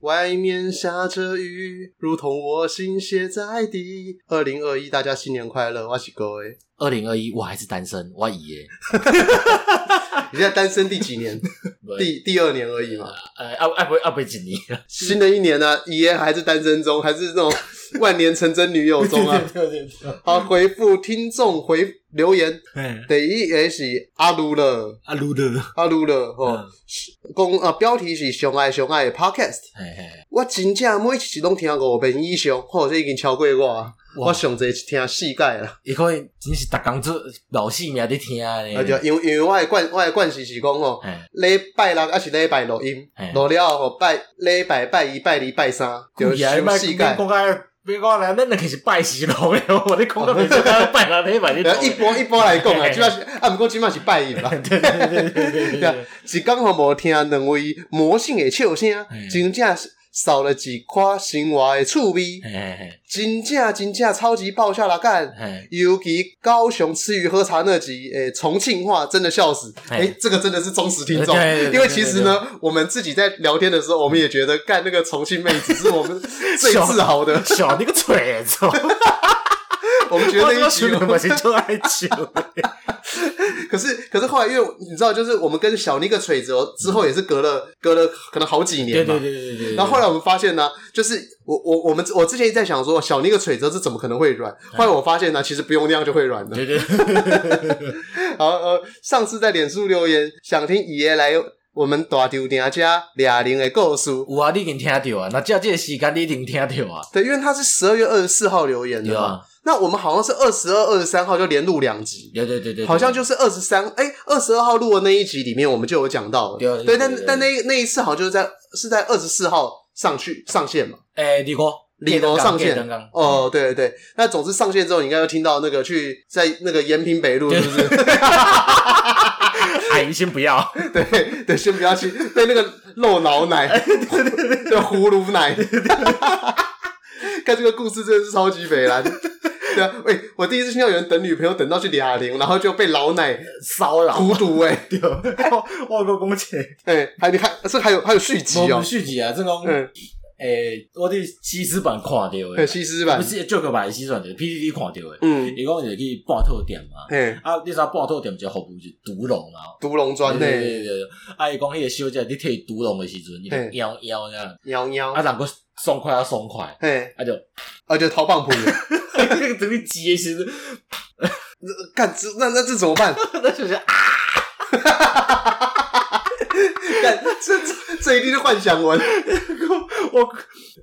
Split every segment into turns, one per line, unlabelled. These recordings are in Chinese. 外面下着雨，如同我心歇在地。二零二一，大家新年快乐！我是各位，
二零二一我还是单身，我姨耶，
你现在单身第几 年？第第二年而已嘛。
呃啊啊不啊不几年，
新的一年呢、爷还是单身中，还是那种万年成真女友 中啊。
对对对，
好，回复听众回留言，
哎
第一个是阿鲁了，
啊撸的，
阿鲁了吼
嗯，
讲啊标题是上爱上爱的 Podcast。
嘿嘿，
我真正每一集拢听五遍以上，吼，这已经超过我啊，
哇
我上侪是听四届啦。
伊可能真是逐工做老死命伫听咧，
啊，对，因为因为我的惯我的惯习是讲吼，
哎
礼拜六还是礼拜录音
嘿，
录了后吼拜礼拜拜一拜二拜三，就
哎呀，
上四届。
讲啊，别讲啦，咱那可是拜四龙诶，我咧讲到袂出来拜六礼拜 咧，
啊然后一 波一波来讲啊，
嘿
即码是啊，毋过即码是拜一啦。
对对对对 对
对啊
对，
一讲吼无听两位魔性的笑声
嘿，
真正是少了一寡生活的趣味，
哎
真正真正超级爆笑啦干。
哎
尤其高雄吃鱼喝茶那集，诶、重庆话真的笑死，
哎
诶、这个真的是忠实听众
对对对，对
因为其实呢，我们自己在聊天的时候，我们也觉得干那个重庆妹子是我们最自豪 的，
小你个锤子，我
我们觉得那一集
群，人嘛是就爱笑，
可是可是后来，因为你知道，就是我们跟小尼个锤子哦之后也是隔了隔了可能好几年
对
嘛，
对对对对，
然后后来我们发现呢，就是我我我们我之前一直在想说，小尼个锤子是怎么可能会软？后来我发现呢，其实不用那样就会软的。
对对。
好，呃，上次在脸书留言想听爷爷来我们大丢娘家俩零的故事，
有啊，你已经听着啊，那即这个时间你已经听着啊，
对，因为他是十二月二十四号留言
对
的嘛
啊，，
那我们好像是二十二、二十三号就连录两集。
对对对对，对
好像就是二十三，哎，二十二号录的那一集里面，我们就有讲到了。
对啊
对，
对
但
对对
但那那一次好像就是在是在二十四号上去上线嘛，
诶，哎李哥，
理由上线
刚刚
哦，对对对，那总之上线之后，你应该要听到那个去在那个延平北路，是不是？
阿姨哎先不要，
对对，先不要去被那个漏脑奶，哎 对葫芦奶。 看这个故事真的是超级北蓝。对啊，喂、我第一次听到有人等女朋友等到去俩零，然后就被老奶
骚扰
荼毒、哎
对，我我个公姐，
哎，还你看这还有还有续集
我
哦
们，续集啊，正讲
嗯，
诶，我伫西施版看到
很
诶，
西施
不
版，
是就个版西施版的 PPT 看到诶，
嗯，
伊讲就去半套店嘛，
哎，
啊，你知道半套店就服务就独龙嘛，
独龙砖呢
对，对对对，啊，伊讲迄个小姐你替独龙诶时阵，你
嘿
摇摇啊，
喵喵，
啊，人个爽快啊爽快，
哎，
啊就。
啊，就掏棒谱了，
那个等你急的时候，
那干这那那这怎么办？
那就是啊，
干这这这一定是幻想文，
我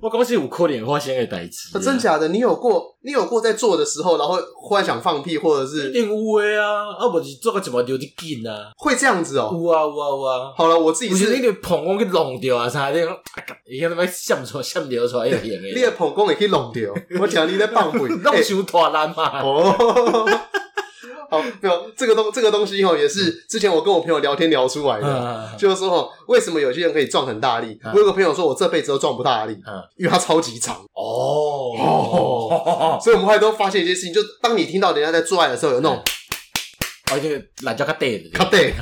我讲是有可能发生的代志、
啊 真？假的？你有过你有过在做的时候，然后忽然想放屁，或者
一
是
定有诶啊！啊，无是做个一毛流就紧啊！
会这样子哦、
有啊有啊有啊！
好了，我自己
有时你
是
个膀胱去弄掉啊啥的，伊个他妈闪出闪流出来就行
你的
诶，
捧工也可以弄 掉，我讲你在棒鬼
弄
欸
伤大烂嘛！
哦。 好，没有这个东这个东西哦，也是之前我跟我朋友聊天聊出来的，
啊
就是说哦，为什么有些人可以撞很大力？
嗯
我有个朋友说我这辈子都撞不大力
嗯，
因为它超级长，
哦，
所以我们后来都发现一件事情，就当你听到人家在做爱的时候，有那
嗯
种
而且懒觉较短的，
咔 噔，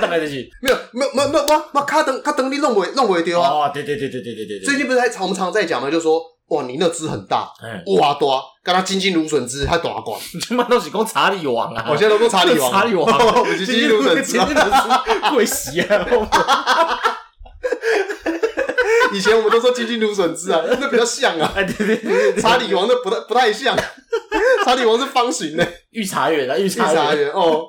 大概就是
没有没有没有没有没有咔噔咔噔，你弄不弄不丢啊？
哦，对对对对对对对对，
最近不是还常常在讲吗？就说哇，你那只很大，
嗯，
哇多，跟他金金芦笋枝，他大管。
他妈都是讲查理王啊，
我现在都说查理王，
查理 王
我们去基督粉丝啊。
贵死啊！
以前我们都说金金芦笋枝啊， 那比较像啊。
哎，对对对对，
查理王那不太不太像， 查理王是方形 的
御茶园啊，御
御
茶
茶
园，
园哦。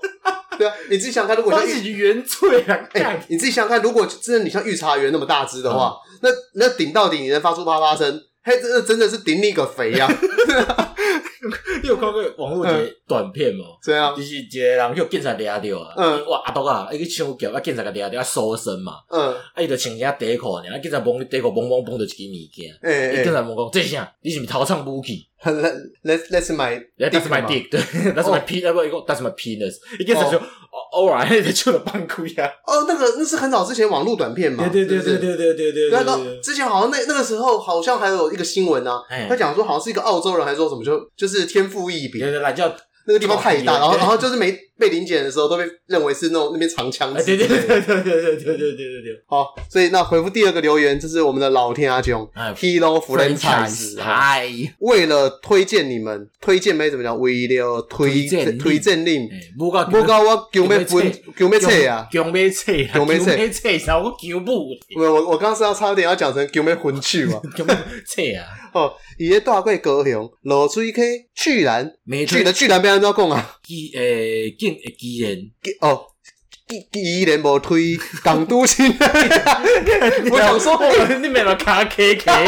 对啊，你自己想看，如果像
方
御
形原罪啊！
哎、
干
你自己想看，如果真的你像御茶园那么大只的话，
嗯
那那顶到顶，你能发出啪啪声，嘿，这真的是顶你个肥呀、啊！
你有看过网络一个短片无？
这样，
就是一个人叫警察抓着啊，
嗯
哇阿东啊，伊去抢劫，啊警察甲抓着啊搜身嘛，
嗯，
啊伊就穿一件短裤尔，啊警察摸短裤摸摸摸着一支物件，
哎、
伊
欸、
警
哎、
察问讲这是啥？你是毋是偷藏武器
l e t s let's 买
？That's my dick，对，That's my penis，啊不，伊讲 That's my penis，伊警察就偶然伊就笑了半开啊，
哦，那个那是很早之前网络短片嘛，是不是
对对对对
对啊，到之前好像那那个时候好像还有一个新闻啊，
哎
他讲说好像是一个澳洲人，还是说什么就就是天赋异禀，
对对，懒觉
那个地方太大，
草原
然后
对
然后就是没被临检的时候都被认为是那种那边藏枪
哎，
支之
对对
类的。
对对对对对对对对对，
好，所以那回复第二个留言，这是我们的老天阿啊囧
哎
Hero Franchise 啊。
嗨，
为了推荐你们，推荐没怎么讲，为了推
推荐令
推荐令，
哎无够
不搞我囧被分囧被切啊！
强买册啊，
强
强
买
买
册
册，然后我强母
我我我刚刚是要差点要讲成囧被魂去嘛？
强买册啊，
哦，啊 伊个大贵高雄落水溪居然
没
居然居然被安怎讲啊？
机诶，竟诶机人，
哦，依依然无推港都新， 我想说，
你免了卡 K K，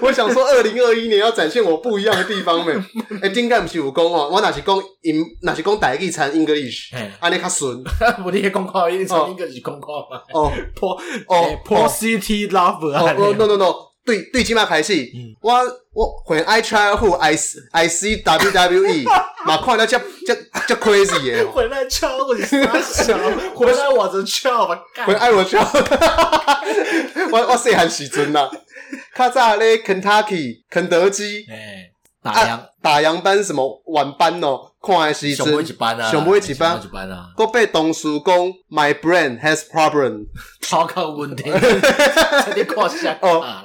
我想说，二零二一年要展现我不一样的地方没？哎、顶盖不是有讲哦，我哪是讲英，哪是讲台语掺 English，安尼较顺
我那些广告一定从英格是广告嘛，
哦
破 呃
哦
破 City Lover
哦
啊
哦，no no no，对对，即摆开始，我我when I try who I I see WWE，嘛看了遮遮遮 crazy 的、哦。
回来敲我傻笑，回来我着敲吧，
我爱我笑， 我我细汉时阵啦，较早咧肯塔基、肯德基
哎，打烊，
打烊班什么晚班哦，看的时
熊不一
阵
起，班啊，
上尾一班
上尾一班啊，
我被同事讲 my brain has problem，
超靠问题，差点跨下
哦
哦，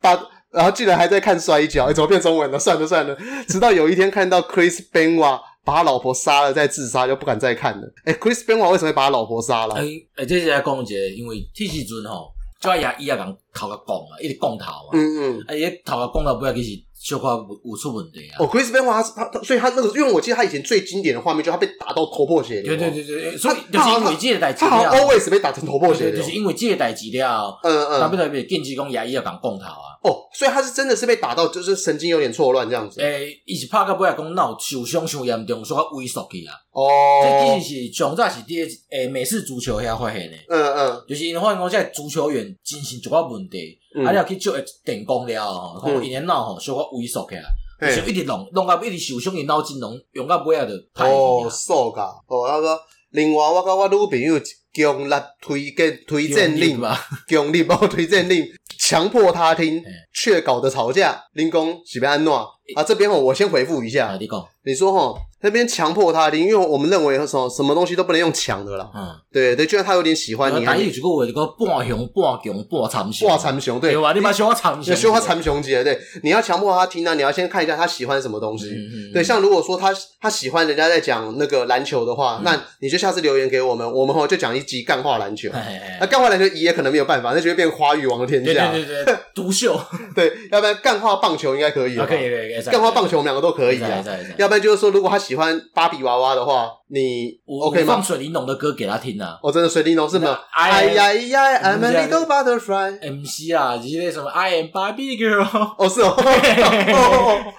把然后竟然还在看摔跤，哎，怎么变中文了？算了算了，直到有一天看到 Chris Benoit 把他老婆杀了再自杀，就不敢再看了。哎，Chris Benoit 为什么会把他老婆杀了？
诶诶，哎这是在讲一个，因为迄时阵吼，就也伊也共头壳讲啊，一直讲头啊，
嗯嗯。
啊伊头壳讲到尾其实小可有有出问题啊
哦。，Chris Benoit 他他，所以他那个，因为我记得他以前最经典的画面，就是他被打到头破血流。哦
对对对对，所以就是因为这个代志
他好像
了，
always 被打成头破血
对，
流
就。是因为这个代志了
嗯嗯，
，WWE 禁止讲牙医也共讲头啊。
哦，所以他是真的是被打到，就是神经有点错乱这样子。
诶，伊是拍到尾啊，讲脑受伤伤严重，所以萎缩去啊。这
哦，
其实是上早是伫诶美式足球遐发现的，
嗯嗯
就是因为发现讲这足球员精神一寡问题，
嗯，
啊，你若去照电工了吼，
嗯
吼因的脑吼小可萎缩起来。就
嘿
一直弄，弄到一直受伤，伊脑筋弄用到尾啊，就歹
哦，
去啊。
瘦噶，哦，他说，另外我跟我女朋友强力推荐推荐令，
吧，
强力帮我推荐令，强迫他听
嘿，
却搞得吵架。林工喜被安诺啊，这边哦，我先回复一
啊，
下，
你讲，
你说哈，那边强迫他听，因为我们认为什么什么东西都不能用强的啦。
嗯，
对对，就算他有点喜欢你，
台语
还
有一句话，就讲半雄半强半参雄，
哇，残熊，对
对吧？你把小我参
你
雄，
修他残雄节，对，你要强迫他听啊，你要先看一下他喜欢什么东
嗯，
西。
嗯嗯
对，像如果说他他喜欢人家在讲那个篮球的话，
嗯
那你就下次留言给我们，我们吼就讲一集干话篮球。
嘿嘿
那
嘿
干话篮球也可能没有办法，那就会变花语王的天
对
下。
对对对，独秀，
对要不然干话棒球应该可以吧
啊，可以可以可以，
干话棒球我们两个都可以啊。
在在，
要不然就是说，如果他喜欢芭比娃娃的话，你
我
OK
我放
吗？
水玲珑的歌给他听啊。
我真的水叮咚是吗？哎
哎
呀呀，I'm a
我们这
little
样
butterfly。
MC 啊，就是那什么 I am Barbie Girl，
哦，是哦，哦哦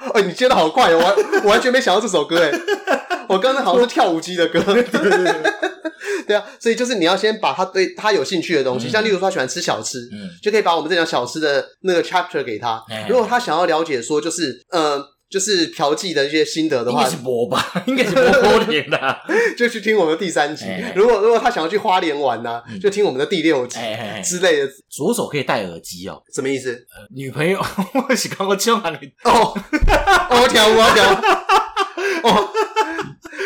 哦哦，你接的好快哦，我还我完全没想到这首歌哎，我刚才好像是跳舞机的歌，对啊，所以就是你要先把他对他有兴趣的东西，
嗯
像例如说他喜欢吃小吃，
嗯，
就可以把我们这讲小吃的那个 chapter 给他
哎。
如果他想要了解说就是呃就是嫖妓的一些心得的
应
话
该，是无吧，应该是无可能啦。
就去听我们的第三集
哎。
如果如果他想要去花莲玩呢，
嗯
就听我们的第六集
哎哎，哎
之类的，
左手可以戴耳机哦，
什么意思？
女朋友，我是刚刚叫喊你
哦，我条我条，哦，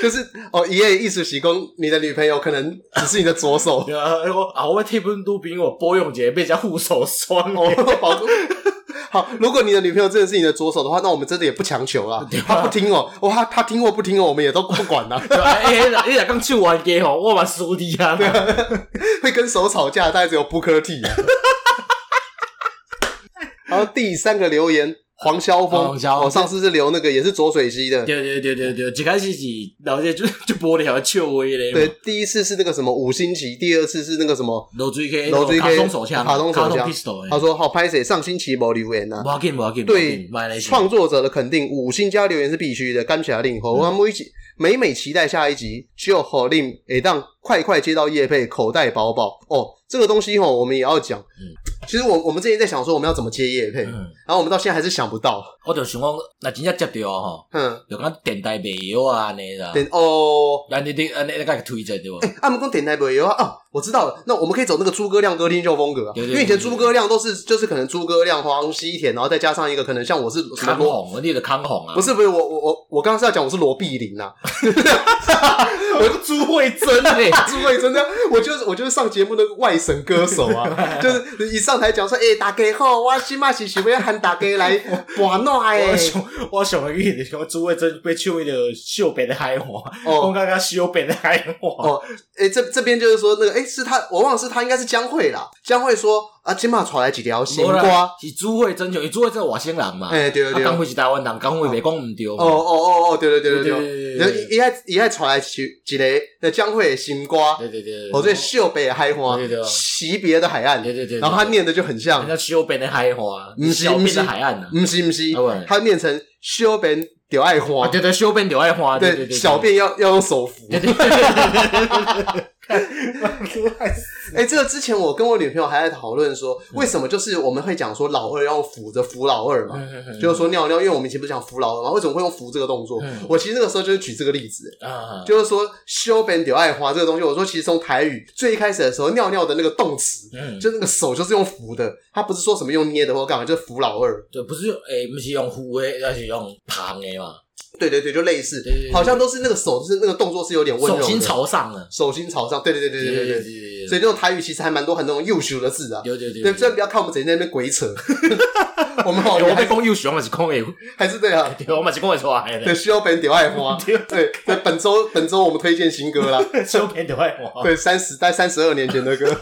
就是哦，一夜艺术习功，你的女朋友可能只是你的左手，
对啊，我啊，我替阮女朋友保养一下，变成护手霜哦。
哦，保护。好，如果你的女朋友真的是你的左手的话，那我们真的也不强求啦。
啊
她不听哦，哇，她她听或不听哦，我们也都不管啦。
对啊哎，哎你若讲手玩家吼，我嘛输你啊！
会跟手吵架，大概只有 Booker T 啊。然后第三个留言，黄霄峰，
哦黄霄
我、上次是留那个也是左水溪的，
对对对对对，一开始是老姐就就无聊笑话咧，
对，，第一次是那个什么五星旗，第二次是那个什么
老水去
楼水
卡
去
通手枪，
卡通手枪
pistol，
他说：“好拍谁？上星期某留言啊呐、
无要紧无要紧，
对
买来
创作者的肯定，五星加留言是必须的。干起来令和
嗯
我们一起每每期待下一集，就好令诶，让快快接到叶配，口袋饱饱哦。这个东西吼，我们也要讲。其实我我们之前在想说我们要怎么接叶配，然
嗯，
后我们到现在还是想不到。
我就想讲，若真正接到吼，
嗯，
就讲电台袂摇啊安尼啦，
电哦，
安尼你安尼你甲推荐对无？
啊，我们讲电台没有啊，哦，我知道了，那我们可以走那个诸葛亮歌厅秀风格、啊，
对对对
因为以前诸葛亮都是就是可能诸葛亮、黄西田，然后再加上一个可能像我是什么
康
罗，
宏，我记得康宏啊，
不是不是我我我我刚刚是要讲我是罗碧玲啊，
我是朱慧珍嘞，
朱慧珍这样，我就是我就是上节目的外省歌手 啊，就是一上台讲说，哎、大家好，我今嘛是想要喊大家来玩闹
我
哎，
想我想的是讲朱慧珍被唱迄个秀白的海花，我
哦
刚刚秀白的海花，
哦，哎、这这边就是说那个，哎、是他，我忘了是他，应该是江蕙啦，江蕙说啊，今嘛传来几条新
无
瓜
啦，，是朱慧珍，就是朱慧珍外省人嘛，
哎、对对
啊，
对，
刚
哦
会是台湾人，刚会袂讲毋对，
哦哦哦，对对对对对。
对
然后
对
伊伊爱伊爱传来一一个那江蕙的新歌，
对对对，
哦，这秀北的海花
对对，对
惜别的海岸，
对对对，
然后他念的就很像
人，家修边的海花，
不是
小边的海岸呐，
唔是唔是
啊喂，
他念成修边就爱花
啊，对对，修边就爱花，对对对，
哦小便要要用手扶。
对，对对对，
哎、这个之前我跟我女朋友还在讨论说，
嗯
为什么就是我们会讲说老二要扶着扶老二
嗯
嘛，哦 就是说尿尿，因为我们以前不是讲扶老二嘛，为什么会用扶这个动作
嗯？
我其实那个时候就是举这个例子，
啊，
就是说修本柳爱花这个东西，我说其实从台语最一开始的时候，尿尿的那个动词，
嗯，
就那个手就是用扶的，它不是说什么用捏的或干嘛，就是扶老二。
对，不是用诶，不是用虎的，而是用旁的嘛，
对对对，就类似
对对对，
好像都是那个手，就是那个动作是有点温柔
手
的，
心朝上了，
手心朝上。对对对对对对对。
对
所以这种台语其实还蛮多很那种幼秀的字啊，
对对对
对，虽然不要看我们整天在那边鬼扯，我们好
欸我
像
被
还
讲又熊，我是讲诶，
还是这样。
对，我嘛是讲会出来
对，
的，
需要本屌爱花。对对，本周本周我们推荐新歌啦。
修边就爱花，
对，三十在三十二年前的歌，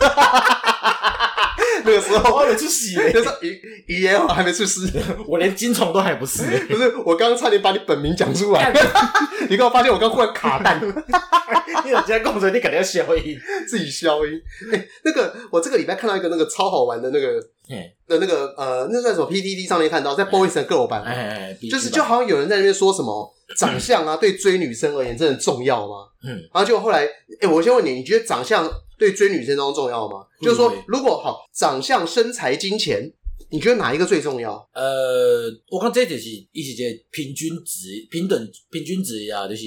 那个时候
我有出息嘞，
那时候于于言华还没出师，
我连金虫都还不是欸，
不是我刚刚差点把你本名讲出来， 你刚刚发现我刚忽然卡蛋，
你人家讲着你肯定要消音，
自己消音。哎，那个我这个礼拜看到一个那个超好玩的那个
哎
的那个呃，那算什么 PDD 上面看到，在 Boys 的 Girl 版，
哎，比
就是
比
就
吧
好像有人在那边说什么长相 啊，对追女生而言真的重要吗？
嗯，
然后就后来，哎、我先问你，你觉得长相对追女生当中重要吗？
会
就是说
不会，
如果好长相、身材、金钱，你觉得哪一个最重要？
呃，我讲这就是伊是一个平均值、平等平均值啊，就是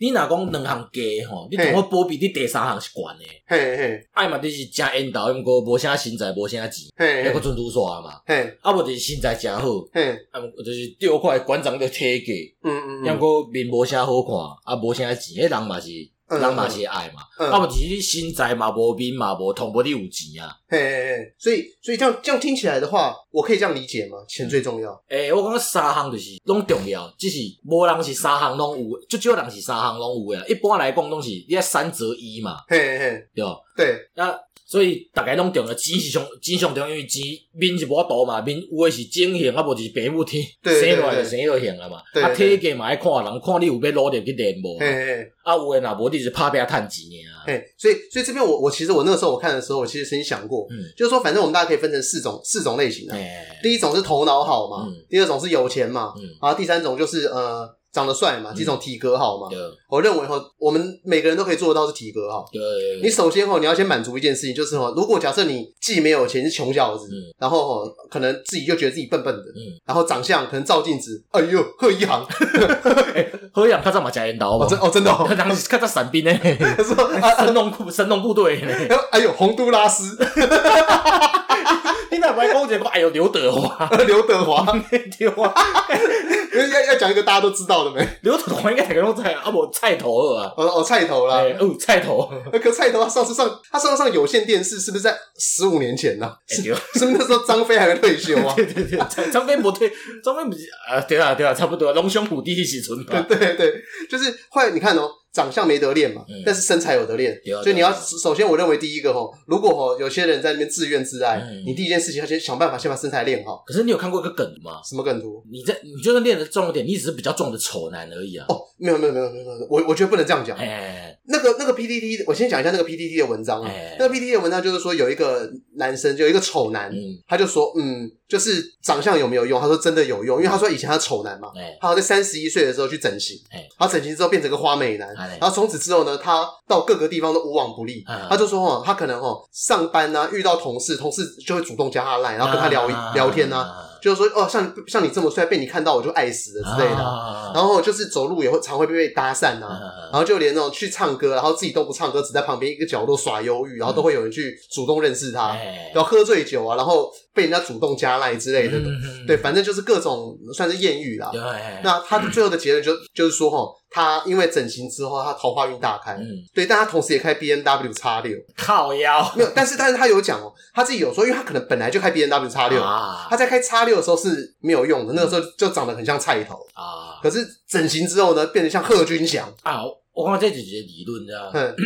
你若讲两项低吼，你同我保比你第三项是悬的，
嘿嘿
爱嘛就是诚缘投，毋过无啥身材，无啥钱，
嘿
还个准拄煞嘛，
嘿
啊无就是身材诚好，
嘿，
啊不就是钓块馆长的体格，
嗯嗯
抑毋
嗯，
过面无啥好看，啊无啥钱，迄人嘛是
嗯
人嘛是会爱嘛，
嗯
啊无就是你身材嘛无面嘛无，同无你有钱啊。
嘿嘿嘿，所以所以这样这样听起来的话，我可以这样理解
嗯
吗？钱最重要。
诶、我感觉三项就是拢重要，只是无人是三项拢有，最少人是三项拢有诶啦。一般来讲拢是你要三择一嘛，
嘿嘿嘿，
对吧？
对，
啊，所以大家拢重要，钱是上钱上重要，因为钱面是无法度嘛，面有诶是整形，啊无就是爸母天
对对
生落来
对
就生落形啊嘛。
对
啊，
对
体格嘛要看人，看你有要努力去练无
嘿。嘿
啊，有诶若无你就是拍拼趁钱啊。
嘿，所以所以这边我我其实我那个时候我看的时候，我其实曾经想过，
嗯
就是说，反正我们大家可以分成四种四种类型的、啊
诶、
第一种是头脑好嘛，
嗯
第二种是有钱嘛，
嗯
然后第三种就是呃长得帅嘛，这种体格好嘛。
对
我认为哈，我们每个人都可以做得到是体格好。
对
你
对，
首先哈，你要先满足一件事情，就是哈，如果假设你既没有钱是穷小子，
嗯
然后哈可能自己就觉得自己笨笨的，
嗯
然后长相可能照镜子，哎呦，贺一 航，
好像较早嘛食烟斗
哦
嘛
真，哦真的 哦，
人是较早散兵诶，
他说啊，
神农部神农部 队呢。
哎呦哎呦，洪都拉斯、
你那白讲一个，哎呦刘 德华，
刘德华，
对啊，
要要讲一个大家都知道的没？
刘德华应该大家拢知啊，啊无菜头儿 啊，
哦哦，菜头啦，
哎哦菜头，
可菜头他上次上他上次上有线电视是不是在十五年前呢、
哎
是啊
对
是不是那时候张飞还没退休啊？
对对对，张张飞无退，张飞不是啊，对啊对啊，差不多龙兄虎弟一起存吧，
对对对，就是后来你看哦，长相没得练嘛，
嗯
但是身材有得练
对啊，
所以你要
对啊
首先我认为第一个哦，如果哦有些人在那边自怨自艾，
嗯
你第一件事情要先想办法先把身材练好。
可是你有看过一个梗吗？
什么梗图？
你在你就算练得壮一点，你只是比较壮的丑男而已啊。
哦，没有没有没有没有，没有我我觉得不能这样讲。
哎，
那个那个 PPT，我先讲一下那个 PPT 的文章啊
哎。
那个 PPT 的文章就是说有一个男生，有一个丑男，
嗯，
他就说，嗯，就是长相有没有用？他说真的有用，因为他说以前他丑男嘛，
哎，
他好像在三十一岁的时候去整形
哎，
然后整形之后变成个花美男，
啊嘞
然后从此之后呢，他到各个地方都无往不利。
啊
他就说哦，他可能哦上班啊遇到同事，同事就会主动加他 line，然后跟他聊聊天啊。
啊，
就是说哦，像像你这么帅，被你看到我就爱死了之类的。
啊
然后就是走路也会常会被搭讪啊，然后就连那种去唱歌，然后自己都不唱歌，只在旁边一个角落耍忧郁，然后都会有人去主动认识他，
哎
然后喝醉酒啊，然后被人家主动加赖之类的，
嗯
对，反正就是各种算是艳遇啦。
对，那
那他最后的结 论就就是说，哈，他因为整形之后，他桃花运大开，
嗯，
对，但他同时也开 B N W 叉六，
靠腰
没有，但是但是他有讲哦，他自己有说，因为他可能本来就开 B N W 叉六，
嗯啊
他在开叉六的时候是没有用的，那个
嗯
时候就长得很像菜头，
啊
可是整形之后呢，变得像贺军翔，
啊！我感觉这就是一个理论，你知 道吗？
嗯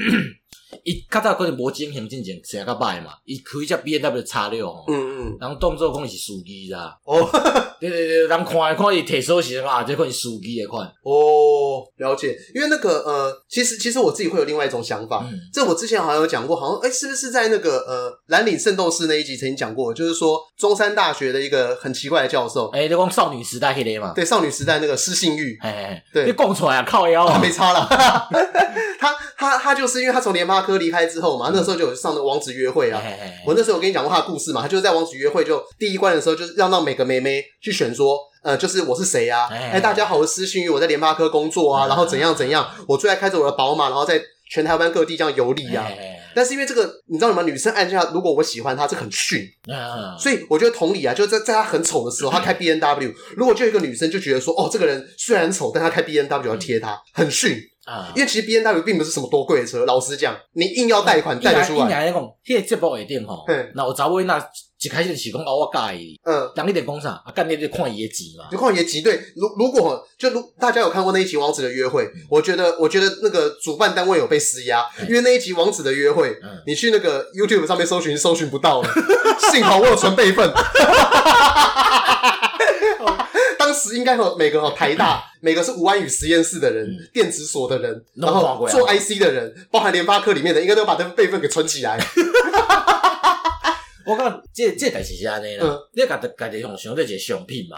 伊较早可能无整形进前生较歹嘛，伊开只 B N W 叉六吼，
嗯嗯，
人当做讲是司机啦。
哦
对对对，人看看伊摕锁匙嘛，啊这可能司机的款。
哦，了解，因为那个呃，其实其实我自己会有另外一种想法，
嗯
这我之前好像有讲过，好像哎、是不是在那个呃蓝领圣斗士那一集曾经讲过，就是说中山大学的一个很奇怪的教授，
诶，你讲少女时代迄个嘛？
对少女时代那个失性欲，
嘿嘿嘿
对
你讲出来啊，靠腰
啊，
啊！
没差啦。 他他他就是因为他从联发科离开之后嘛，那时候就有上那个王子约会
嘿
啊。
嘿嘿
我那时候有跟你讲过他的故事嘛，他就是在王子约会就第一关的时候，就是要让每个妹妹去选说，呃，就是我是谁啊？
哎
哎，大家好，我是施信宇，我在联发科工作啊，
嗯
然后怎样怎样，我最爱开着我的宝马，然后在全台湾各地这样游历啊
嘿。嘿
但是因为这个，你知道吗？女生按下，如果我喜欢她，这个很逊，
嘿啊
所以我觉得同理啊，就在在她很丑的 时候，她开 B N W，如果就有一个女生就觉得说，哦，这个人虽然丑，但她开 B N W 要贴她，很逊。
啊！
因为其实 B N W 并不是什么多贵的车，老实讲，你硬要贷款贷得出
伊
来，
来讲，迄个节目下顶吼
嘿，
若有查某囡仔一开始就是讲哦，我介意，
嗯，
人一定讲啥？啊，干你就看伊的钱嘛
就。况也挤兑。如如果就如大家有看过那一集《王子的约会》，我觉得我觉得那个主办单位有被施压，因为那一集《王子的约会》，
嗯，
你去那个 YouTube 上面搜寻，搜寻不到了。 幸好我有存备份。 当时应该有每个哦台大，每个是吴安宇实验室的人、电子所的人，
嗯弄
然
垮
后
过来
做 IC 的人，包含联发科里面的，应该都把这个备份给存起来。
我讲这这代志是安尼啦
嗯，
你家己家己想想做一个商品嘛，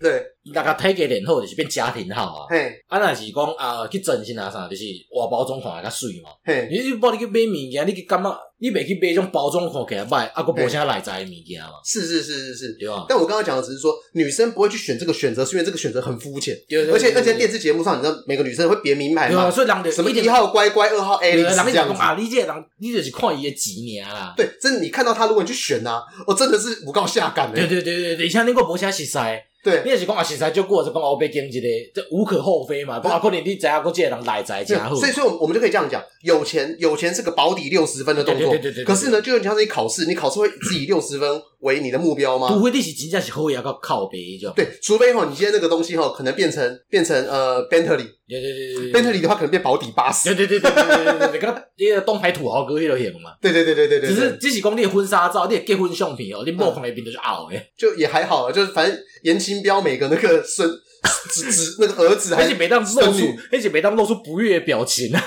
对，
大家体格练好就是变家庭号啊。
嘿，
啊，若是讲啊去整形啊啥，就是外包装看起来较水嘛。
嘿，
你你无你去买物件，你去感觉你袂去买种包装看起来歹，啊个无啥内在的物件嘛，
是是是是是。
对吧？
但我刚刚讲的只是说，女生不会去选这个选择，是因为这个选择很肤浅，
对对
而且
对
而且
对
电视节目上，你知道每个女生会别名牌
对啊，
嘛，
所以人就
什么
一定
一号乖乖，二号 A
对
零
人
是
家
这
就讲
样子。
啊，你这个人你就是看伊的钱尔啦。
对，真的你看到她，如果你去选啊，哦，真的是五告下岗
对
的。
对对对对，而且恁个无啥熟悉，你
对
若是讲啊熟悉就过，就讲我被经一个，这无可厚非嘛。不啊过可能你知影个这个人内在
对
真好，
所以所以我们我们就可以这样讲，有钱有钱是个保底六十分的动作
对对对对对对，
可是呢，就有点像是你考试，你考试会自己六十分为你的目标吗？
除非你是真正是好也到靠背迄种。
对，除非吼你今天那个东西吼，可能变成变成呃 Bentley，Bentley
对对对对对对
的话可能变保底八十。
对对对对对对对，跟迄个东海土豪哥迄落型嘛。
对对对对对对，
只
对
是只是讲你的婚纱照、你的结婚相片哦，你某看那边就是拗诶，
就也还好，就是反正严清标每个那个孙 子子那个儿子还
而且
是，
每当露
孙
出
女，
而且每当露出不悦的表情啊，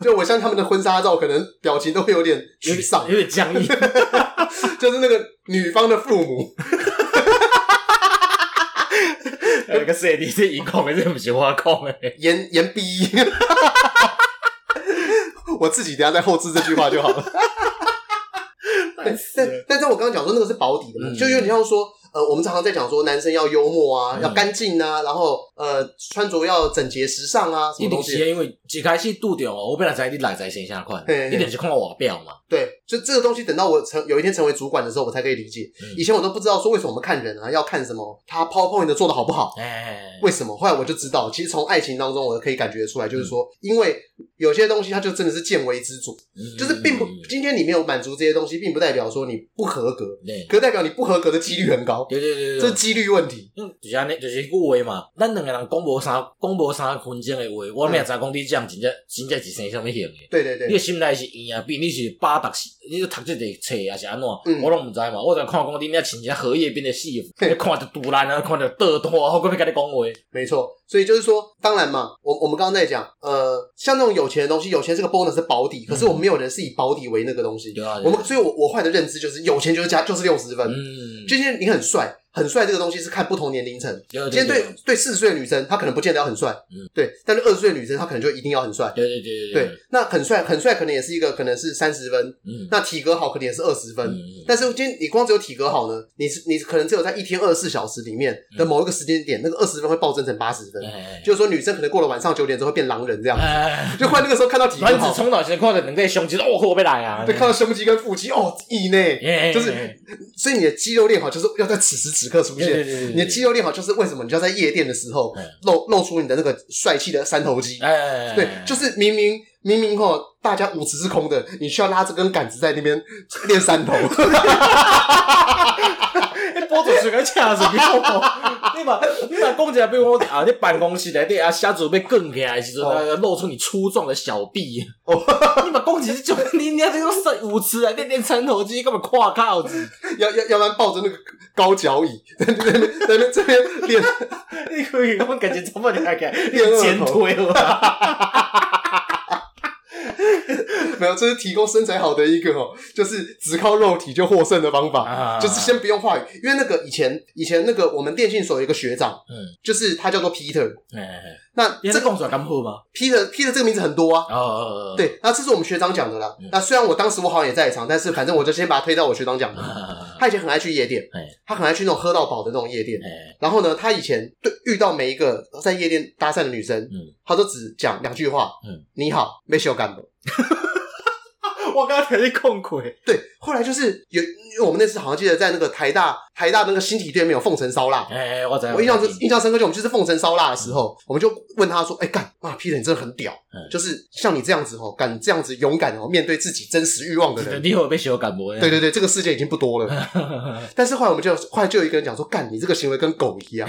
就我相信他们的婚纱照，可能表情都会有点
有
沮丧
点，有点僵硬。
就是那个女方的父母，
那个设定是伊讲的，这不是我讲的。
严严逼。 我自己等一下再后置这句话就好了。 但但但是我刚刚讲说那个是保底的嘛，
嗯
就有点像说，呃，我们常常在讲说男生要幽默啊，
嗯
要干净啊，然后呃穿着要整洁时尚啊，什
一
么
定
东
是
西？
的因为一开始拄着哦，我本来知你内在形啥款，
嘿嘿
一定是看我外表嘛。
对，就这个东西，等到我成有一天成为主管的时候，我才可以理解。
嗯
以前我都不知道说为什么我们看人啊，要看什么他 PowerPoint 的做的好不好，
哎，
为什么？后来我就知道，其实从爱情当中我可以感觉得出来，就是说，因为有些东西它就真的是见微知著，
嗯
就是并不今天你没有满足这些东西，并不代表说你不合格，
对
可代表你不合格的几率很高，
对对对啊
这
对
是。几率问题。
嗯就是安尼，就是迄句话嘛。咱两个人讲无啥，讲无啥分钟的话，我明知讲你这样真正真正是生什么型的。
对对
你的
对，
心内是圆啊，比你是八达是，你是读这个册啊是安怎？
嗯
我拢毋知嘛。我就看讲你那穿只荷叶边的戏服，
嘿
你看着杜兰啊，看着倒单，我搁要甲你讲话。
没错。所以就是说，当然嘛，我我们刚刚在讲，呃，像那种有钱的东西，有钱是个 bonus 是保底，可是我们没有人是以保底为那个东西。
嗯对啊，对啊
我们所以我，我坏的认知就是有钱就是加就是六十分。
嗯，
就今天你很帅，很帅这个东西是看不同年龄层。
啊对
今天
嗯对
对对四十岁的女生，她可能不见得要很帅，
嗯
对，但是二十岁的女生她可能就一定要很帅。
对对对
对，那很帅，很帅可能也是一个，可能是三十分，
嗯，
那体格好可能也是二十分，
嗯
但是今天你光只有体格好呢，你是你可能只有在一天二十四小时里面
嗯
的某一个时间点，那个二十分会暴增成八十分，
哎
就是说女生可能过了晚上九点之后会变狼人这样，
哎，
就换那个时候看到体格
卵子
好，
冲脑前看着两个胸肌，哦，我被来啊！
对，看到胸肌跟腹肌，哦，意内，
哎，
就是
哎
所以你的肌肉练好就是要在此时此刻出
对
现，
对对对，
你的肌
肉，
肉练好就是为什么你就要在夜店的时候
嗯
露露出你的那个帅气的三头肌，
哎，哎
对，就是明明明明吼，大家舞池是空的，你需要拉这根杆子在那边练三头。
我就是个车子票，你嘛你嘛讲一下，比如讲啊，你办公室内底啊，写字要卷起来的时 阵，
哦
啊露出你粗壮的小臂。 你嘛讲一种，你你这种是舞池内底练三头肌，干嘛跨靠子？
要要要不然抱着那个高脚椅在那边在那边这边练，
你可以，我感觉怎么来个
练二头
肩推 吧？
没有，这是提供身材好的一个哦，就是只靠肉体就获胜的方法，
啊
就是先不用话语，因为那个以前以前那个我们电信所有一个学长，
嗯，
就是他叫做 Peter，
哎哎，哎
那
你
这
这
个
讲出来敢好吗？
Peter Peter 这个名字很多啊。
哦哦，哦，
对，那这是我们学长讲的啦。
嗯
那虽然我当时我好像也在场，但是反正我就先把他推到我学长讲的。
啊
他以前很爱去夜店
哎，
他很爱去那种喝到饱的那种夜店。
哎
然后呢，他以前对遇到每一个在夜店搭讪的女生，
嗯
他都只讲两句话，
嗯
你好，没修干的。
我刚才在控过，
对，后来就是有，因为我们那次好像记得在那个台大台大那个新体对面有凤城烧腊，
哎，哎我知道，
我印象
我
是
知道
印象深刻，就我们就是凤城烧腊的时候，我们就问他说，哎、干，哇，Peter 你真的很屌，
嗯
就是像你这样子哦，敢这样子勇敢哦，面对自己真实欲望的人，
你有被修改无？
对对对，这个世界已经不多
嗯
了。但是后来我们就后来就有一个人讲说，干，你这个行为跟狗一样。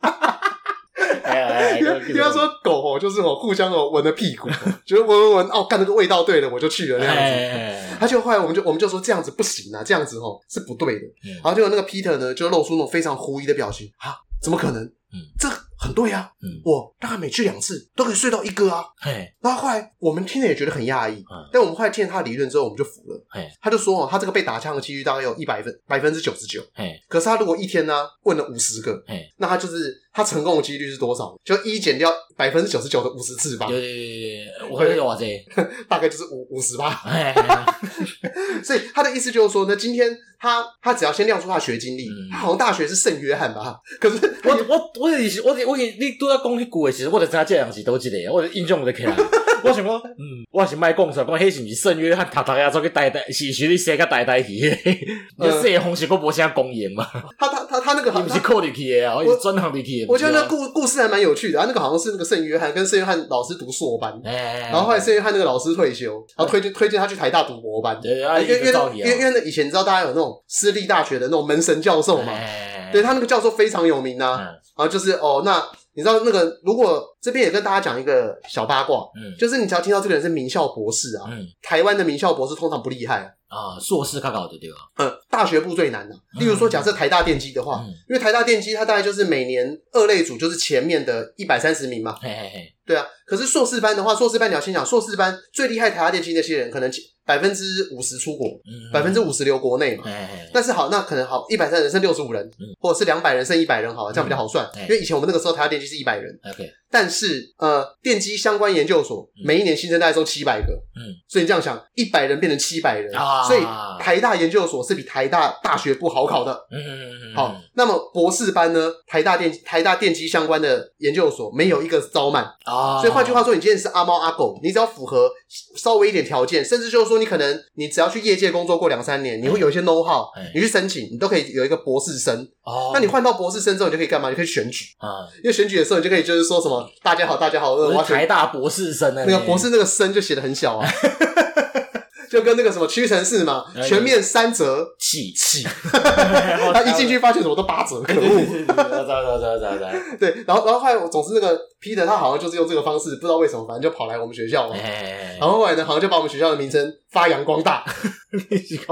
哎，哎哎
因 为因为他说狗哦，就是哦，互相哦闻了屁股，就是闻闻闻，哦，干那个味道对了，我就去了那样子。
哎，
他就后来我们就我们就说这样子不行啊，这样子哦是不对的。
嗯
然后结果那个 Peter 呢，就露出那种非常狐疑的表情啊，怎么可能？
嗯
这很对啊，
嗯
我大概每去两次都可以睡到一个啊。
嘿，
然后后来我们听了也觉得很讶异，
嗯
但我们后来听了他的理论之后，我们就服了
嘿。
他就说哦，他这个被打枪的几率大概有一百分百分之九十九，
嘿，
可是他如果一天呢、问了五十个
嘿，
那他就是他成功的几率是多少？就一减掉百分之九十九的五十次吧
有，有有有，我有偌济，
大概就是五五十吧。
哎，哎
所以他的意思就是说呢，今天他他只要先亮出他的学经历，
嗯
他好像大学是圣约翰吧，可是
我我我是我是我是你拄仔讲迄句诶时，我就知影这人是倒一个，我就印象就起来。我想讲，嗯，我是卖讲出来，讲迄是毋是圣约翰读读啊，做去呆呆，是是你写甲呆呆去诶。你写诶方式，我无啥公言嘛，
他他他他那个
伊
好
毋是靠入去诶啊，我是转行入去诶。
我觉得那故故事还蛮有趣的。他那个好像是那个圣约翰跟圣约翰老师读硕班，
哎，
然后后来圣约翰那个老师退休，然后推荐推荐他去台大读博班。
嗯对啊，
因为因为
有道
那
理
因
啊
为因，为那以前你知道大家有那种私立大学的那种门神教授嘛，对他那个教授非常有名呐、
哎嗯
然后就是哦，那你知道那个，如果这边也跟大家讲一个小八卦，
嗯
就是你只要听到这个人是名校博士啊，
嗯
台湾的名校博士通常不厉害，
啊，硕士较搞的对吧？
呃，大学部最难的、例如说，假设台大电机的话，
嗯
因为台大电机它大概就是每年二类组就是前面的一百三十名嘛，
嘿嘿嘿，
对啊。可是硕士班的话，硕士班你要先想，硕士班最厉害台大电机那些人，可能百分之五十出国，
嗯
百分之五十留国内嘛。
嘿嘿
但是好，那可能好，一百三人剩六十五人，
嗯
或者是两百人剩一百人，好了，这样比较好算。
嗯哎
因为以前我们那个时候台大电机是一百人，
嘿，OK，
但是呃，电机相关研究所
嗯
每一年新生代收七百个，
嗯，
所以你这样想，一百人变成七百人，
啊
所以台大研究所是比台大大学部好考的。
嗯嗯嗯，
好，那么博士班呢？台大电台大电机相关的研究所没有一个招满，
啊，
所以换句话说，你今天是阿猫阿狗，你只要符合稍微一点条件，甚至就是说，你可能你只要去业界工作过两三年，你会有一些 know how，
哎
你去申请，你都可以有一个博士生。
哦，
那你换到博士生之后，你就可以干嘛？你可以选举，
啊，
因为选举的时候，你就可以就是说什么“大家好，大家好”，呃我
我
要
是
选
台大博士生
那
啊，
个
你
博士那个生就写的很小 啊，就跟那个什么屈臣氏嘛，
哎
全面三折
气，
起，
他
他一进，去发现怎么都八折，可
对
恶
对。对对对，走走走走走，
对，然后然后后来我总之那个 Peter 他好像就是用这个方式，不知道为什么，反正就跑来我们学校嘛。
哎，
然后后来呢，好像就把我们学校的名称发扬光 大，
你是讲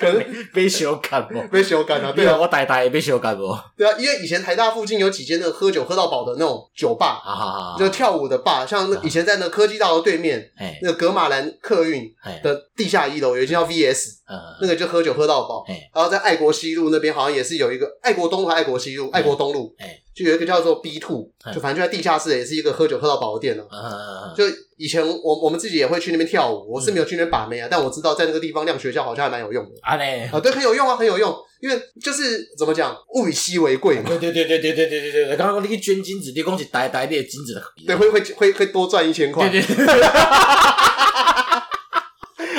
可能
被修改无？
被修 改了。
对
对
啊，
啊，
我台大也被修改无？
对啊，因为以前台大附近有几间那个喝酒喝到饱的那种酒吧，
哈哈哈，
就跳舞的吧，像那以前在那科技大楼对面
啊哎
那个格马兰客运
哎，
的地下一楼有一间叫 VS，
呃，
那个就喝酒喝到饱
嘿。
然后在爱国西路那边好像也是有一个爱国东路、还是爱国西
哎
路、爱国东路
嘿，
就有一个叫做 B Two，
嘿
就反正就在地下室，也是一个喝酒喝到饱的店哦。
呃，
就以前我我们自己也会去那边跳舞，我是没有去那边把妹啊，但我知道在那个地方亮学校好像还蛮有用的
安尼，
啊，对，很有用啊，很有用，因为就是怎么讲，物以稀为贵嘛，
对对对对对对对对对，刚刚讲你去捐金子，你讲是呆呆你的金子，
对，会会会会多赚一千块，
对对。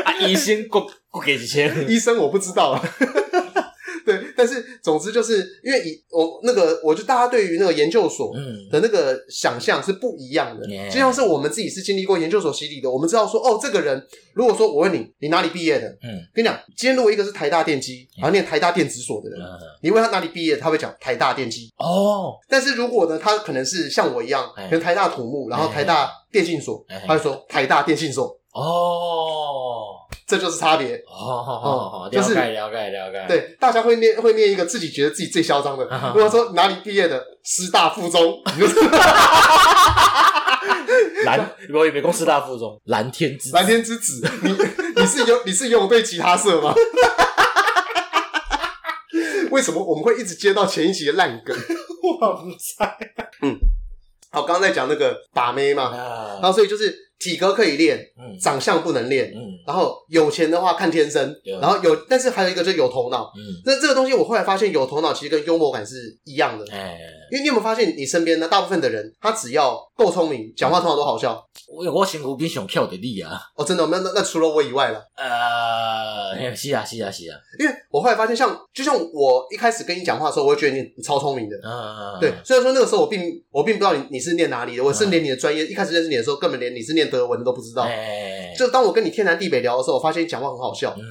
啊，医生各各给一千，
医生我不知道啊。 对，但是总之就是因为以我那个，我就大家对于那个研究所
嗯，
的那个想象是不一样的
Yeah，
就像是我们自己是经历过研究所洗礼的，我们知道说哦，这个人如果说我问你你哪里毕业的，
嗯，
跟你讲，今天如果一个是台大电机，然后念台大电子所的人，
呃
你问他哪里毕业，他会讲台大电机。
哦，
但是如果呢，他可能是像我一样，
哎
可能台大土木，然后台大电信所
哎，
他就说台大电信所，
哦，
这就是差别。
哦，好好好，了解了解了解，，
嗯对，大家会念会念一个自己觉得自己最嚣张
啊
的。如果说哪里毕业的，师大附 中，你就是
蓝，我以为公司大 附中，蓝天之
蓝天之子，你你是游你是游泳队吉他社吗？ 为什么我们会一直接到前一集的烂梗？
我不在
好，刚刚在讲那个把妹嘛，然
啊，
后所以就是体格可以练，
嗯
长相不能练，
嗯
然后有钱的话看天生
对，啊
然后有，但是还有一个就是有头脑。
嗯，
那这个东西我后来发现，有头脑其实跟幽默感是一样的。
哎，
因为你有没有发现，你身边的大部分的人，他只要够聪明，讲话通常都好笑。
我我辛苦比上跳的你啊，
哦，真的，那那那除了我以外了，
呃，嘿是啊是啊是啊，
因为我后来发现像，就像我一开始跟你讲话的时候，我会觉得你你超聪明的。
嗯，
对，虽然说那个时候我并我并不知道你你是念哪里的，
啊
我是连你的专业一开始认识你的时候，根本连你是念德文的都不知道。
哎，
就当我跟你天南地北聊的时候，我发现你讲话很好笑，
嗯，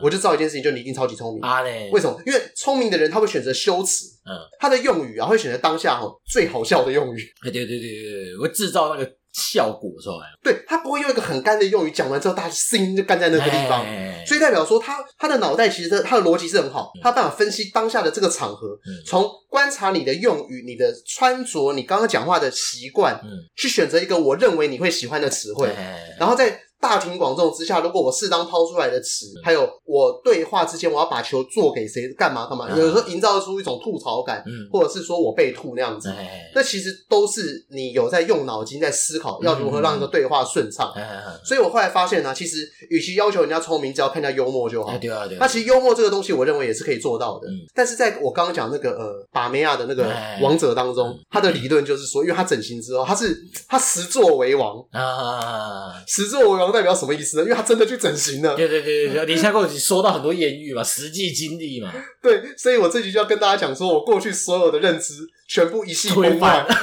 我就知道一件事情，就你一定超级聪明。
啊嘞，
为什么？因为聪明的人他会选择修辞，
嗯，
他的用语啊会选择当下哈最好笑的用语，
哎对对对对对，会制造那个效果出来，
对他不会用一个很干的用语讲完之后，大家心就干在那个地方。
哎
所以代表说他，他的脑袋其实他的逻辑是很好，他有办法分析当下的这个场合，
嗯
从观察你的用语、你的穿着、你刚刚讲话的习惯，
嗯
去选择一个我认为你会喜欢的词汇，
哎
然后在大庭广众之下，如果我适当抛出来的词，
嗯
还有我对话之间我要把球做给谁，干嘛干嘛，
嗯
有时候营造出一种吐槽感，
嗯，
或者是说我被吐那样子。
哎
那其实都是你有在用脑筋在思考，
嗯
要如何让一个对话顺畅。
哎
所以我后来发现呢、其实与其要求人家聪明，只要看人家幽默就好
哎，。对啊对啊，
那其实幽默这个东西，我认为也是可以做到的。
嗯
但是在我刚刚讲那个呃把梅亚的那个
哎
王者当中
嗯，
他的理论就是说，因为他整形之后，他是他实作为王，
啊，
实作为王代表什么意思呢？因为他真的去整形了。
对对对对，李夏跟我说到很多艳遇嘛，实际经历嘛，
对，所以我这集就要跟大家讲说，我过去所有的认知全部一系崩
推翻
坏，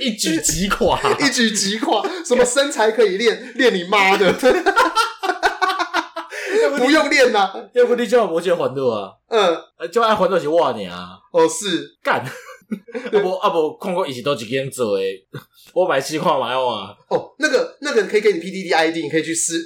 一举击垮，
一举击垮。什么身材可以练，练你妈的，不用练呐、
要不你叫我魔界还路啊，
嗯，
呃就爱还路是我尔啊，
哦是，
干。啊无啊无，看过伊是倒一间做诶，我买试看买哇，
哦那个那个可以给你 PDD ID，你可以去私，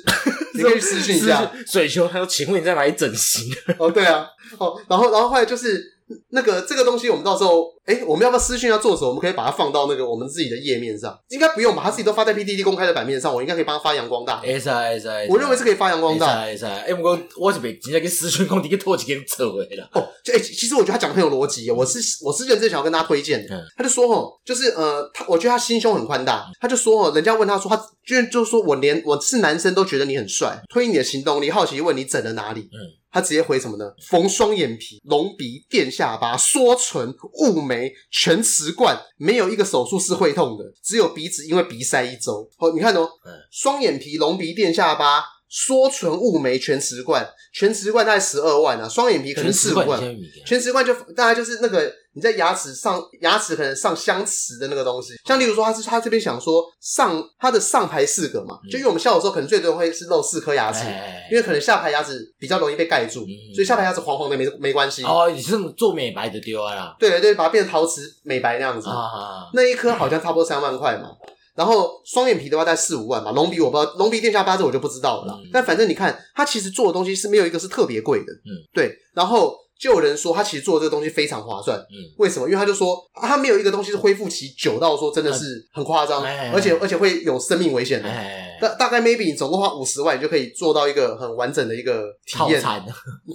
你可以去私讯一下。
水球，他说：“请问你在哪里整形？”
哦，对啊，哦，然后然后后来就是那个这个东西，我们到时候，哎，我们要不要私讯要做什么？我们可以把它放到那个我们自己的页面上，应该不用吧？他自己都发在 PDD 公开的版面上，我应该可以帮他发扬光大。
会使会使，
我认为是可以发扬光大。
会使会使。哎，不过我是被真正去私讯讲，你去拖一间做诶啦。
哦，就哎、其其实我觉得他讲的很有逻辑耶，我是我是认真想要跟大家推荐的。
嗯
他就说哦，就是呃，他我觉得他心胸很宽大，他就说哦，人家问他说他居然就说我连我是男生都觉得你很帅，推你的行动力，好奇问你整了哪里。
嗯
他直接回什么呢？缝双眼皮、隆鼻、垫下巴、缩唇、雾眉、全瓷冠，没有一个手术是会痛的，只有鼻子因为鼻塞一周。哦，你看哦
嗯，
双眼皮、隆鼻、垫下巴、缩唇、雾眉、全瓷冠，全瓷冠大概十二万啊，双眼皮可能四五
管
万，全瓷冠就大概就是那个你在牙齿上牙齿可能上镶瓷的那个东西，像例如说他是他这边想说上他的上排四个嘛，就因为我们笑的时候可能最多会是露四颗牙齿。
嗯哎
因为可能下排牙齿比较容易被盖住，
嗯
所以下排牙齿黄黄的没没关系。
哦，你是做美白的对啊啦
对对，把它变成陶瓷美白那样子。
啊，
那一颗好像差不多三万块嘛。然后双眼皮的话在四五万吧，隆鼻我不知道，隆鼻垫下巴这我就不知道了啦。
嗯
但反正你看，他其实做的东西是没有一个是特别贵的，
嗯，
对。然后就有人说他其实做这个东西非常划算，
嗯，
为什么？因为他就说啊他没有一个东西是恢复期久到说真的是很夸张，
哎哎哎
而且而且会有生命危险的。
哎，
大大概 maybe 你总共花五十万，你就可以做到一个很完整的一个体
套
验
餐，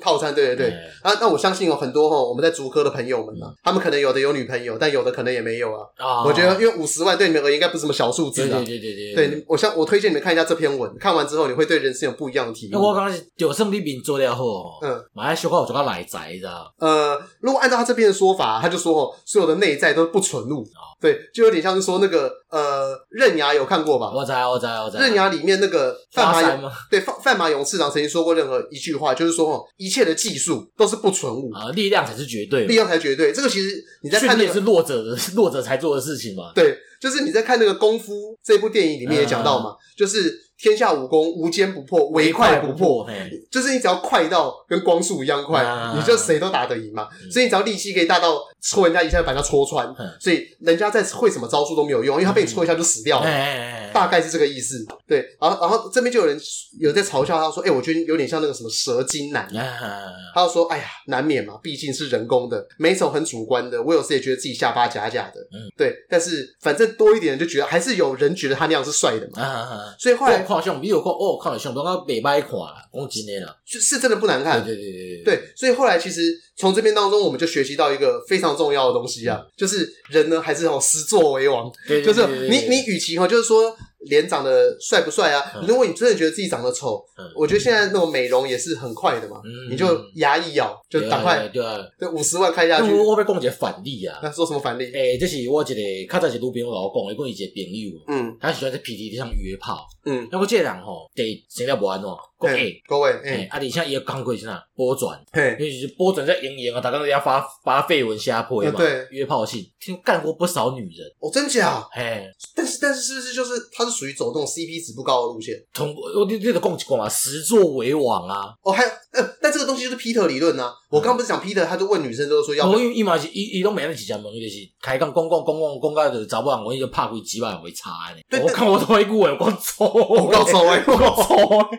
套餐。对对对。
哎嗯
啊，那我相信有很多哈，我们在竹科的朋友们啊，他们可能有的有女朋友，但有的可能也没有啊。
啊，
我觉得，因为五十万对你们而言应该不是什么小数
对
字啊
对。对对
对，你我像我推荐你们看一下这篇文，看完之后你会对人生有不一样的体
因为哎我
悟。
感觉是就算你面做了好哦，
嗯，
马来小可有一寡内在，你知道？
呃，如果按照他这边的说法，他就说哦，所有的内在都是不纯物，对，就有点像是说那个呃，刃牙有看过吧？
我知我知我知。
刃牙里面那个范
花
马
山
勇，
吗？
对范范马勇市长曾经说过任何一句话，就是说哦，一切的技术都是不纯物，
啊，力量才是绝对嘛
力，量才绝对。这个其实你在看
训
那
练
个
是弱者的 弱者才做的事情嘛。
对，就是你在看那个《功夫》这部电影里面也讲到嘛，就是天下武功无坚不破，嗯唯快不破。
嘿，
就是你只要快到跟光速一样快，
啊
你就谁都打得赢嘛。
嗯
所以你只要力气可以大到戳人家一下就把人家戳穿，
嗯
所以人家再会什么招数都没有用，因为他被你戳一下就死掉
哎
了。
哎，哎
大概是这个意思，对。然后，然后这边就有人有在嘲笑他说：“哎、我觉得有点像那个什么蛇精男。”
啊
他就说：“哎呀，难免嘛，毕竟是人工的，每一种很主观的。我有时也觉得自己下巴假假的，
嗯
对。但是反正多一点人就觉得，还是有人觉得他那样是帅的嘛。
啊啊！
所以后
我有
来
看相，你有看哦，看了相，我感觉袂歹看啦，讲真诶啦。
就是真的不难
对
看，
对对对对，
对。所以后来其实从这边当中，我们就学习到一个非常重要的东西啊，就是人呢还是哦始作为王，
嗯对
就是
对对
你
对
你与其哈，就是说脸长得帅不帅啊
嗯？
如果你真的觉得自己长得丑
嗯，
我觉得现在那种美容也是很快的嘛，
嗯
你就牙一咬就
对啊
赶快
对啊对啊。
对五十万开下去
因。为我我要讲一个反例啊，
那说什么反例？
诶，这是我一个较早是女朋友甲我讲，伊讲伊一个朋友，啊
嗯，
他喜欢在 PDD 上约炮，
嗯，
那我这个人吼，第生了无安怎，讲诶
嘿，各位，哎，
诶，啊，而且伊个工过是啥，波转。
嘿，
因为就是波准在盈盈啊，打刚人家发发绯闻瞎破嘛，
嗯对
约炮信，听干过不少女人，
哦，真假？
嘿，
但是但是是不是就是它是属于走那种 CP 值不高的路线？
从我你你得讲一讲啊，实作为王啊，
哦，还有，呃，但这个东西就是 Peter 理论呐。我刚刚不是讲 Peter，他就问女生都说要不
我
要，
伊伊嘛是伊伊拢免得一只问，伊就是开讲讲讲讲讲讲到就是查某人，我伊就拍几几万回差呢
对。
我看我都会句话，我讲错，我
告诉我
我讲错，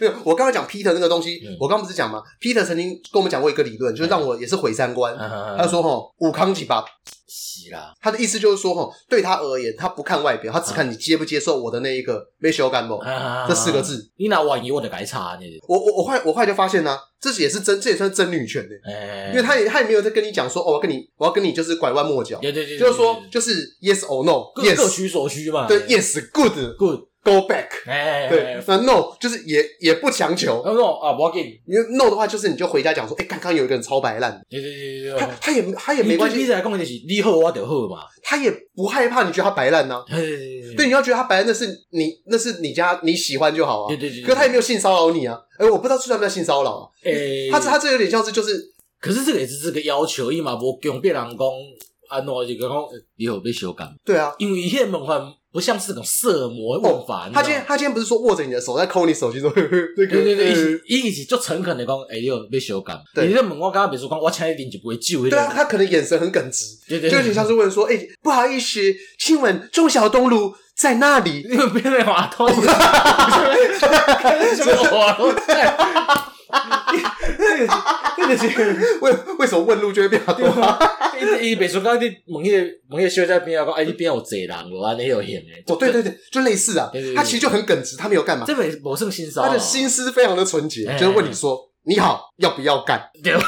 没有我刚刚讲 Peter 那个东西
嗯，
我刚刚不是讲嘛？Peter 曾经跟我们讲过一个理论，就是让我也是毁三观。
啊
他说：“吼，武康几把。
是啦，”
他的意思就是说，吼，对他而言，他不看外表，他只看你接不接受我的那一个没修感不。
啊
这四个，字，
你若万一我就改差呢，
我我我后来我后来就发现呢，这也是真，这也算真女权的，
哎，
因为他也他也没有在跟你讲说，哦，我要跟你我要跟你就是拐弯抹角，
对对对，对
就是说
对，对
就是 yes or
嗯各各
no，yes，
取啊所需嘛，
对，yes good
，good，
go back，
哎，
对，那 no 就是也也不强求，
然后说啊，无要紧，
因为 no 的话就是你就回家讲说，哎，刚刚有一个人超白烂的，
对对对对
他
对。
他也他也没关
哦你
系，
来讲就是你好我就好嘛。
他也不害怕你觉得他白烂呐，
对
对，你要觉得他白烂那是你那是你家你喜欢就好啊
对，对对，
可他也没有性骚扰你啊，哎，我不知道算不算性骚扰啊，
诶，
他这他这有点像是就是
可是这个也是这个要求，伊嘛无强别人讲安怎就讲你有被修改，
对啊，
因为伊迄问法不像是种色魔问法。
他今天他今天不是说握着你的手在抠你手机说，呵呵那个
对对对，伊
呃
是伊是就诚恳的讲，诶，你有被修改。你咧问我刚刚别说讲，我请你啉一杯酒，
对啊，他可能眼神很耿直。
对对，
就有点像是问说：“哎、不好意思，亲吻中小东路在那里。
因为别人话通， 这个是。
为”为什么问路就会变多
对？啊，伊伊袂像讲你问迄个问迄个小姐边啊，讲哎，你边有坐人无安尼有型诶。
哦，对对对，就类似啊
对对。对
他其实就很耿直，他没有干嘛，
这袂无算新骚扰
他的心思非常的纯洁
哎，
就是问你说：“你好，要不要干
对。哎，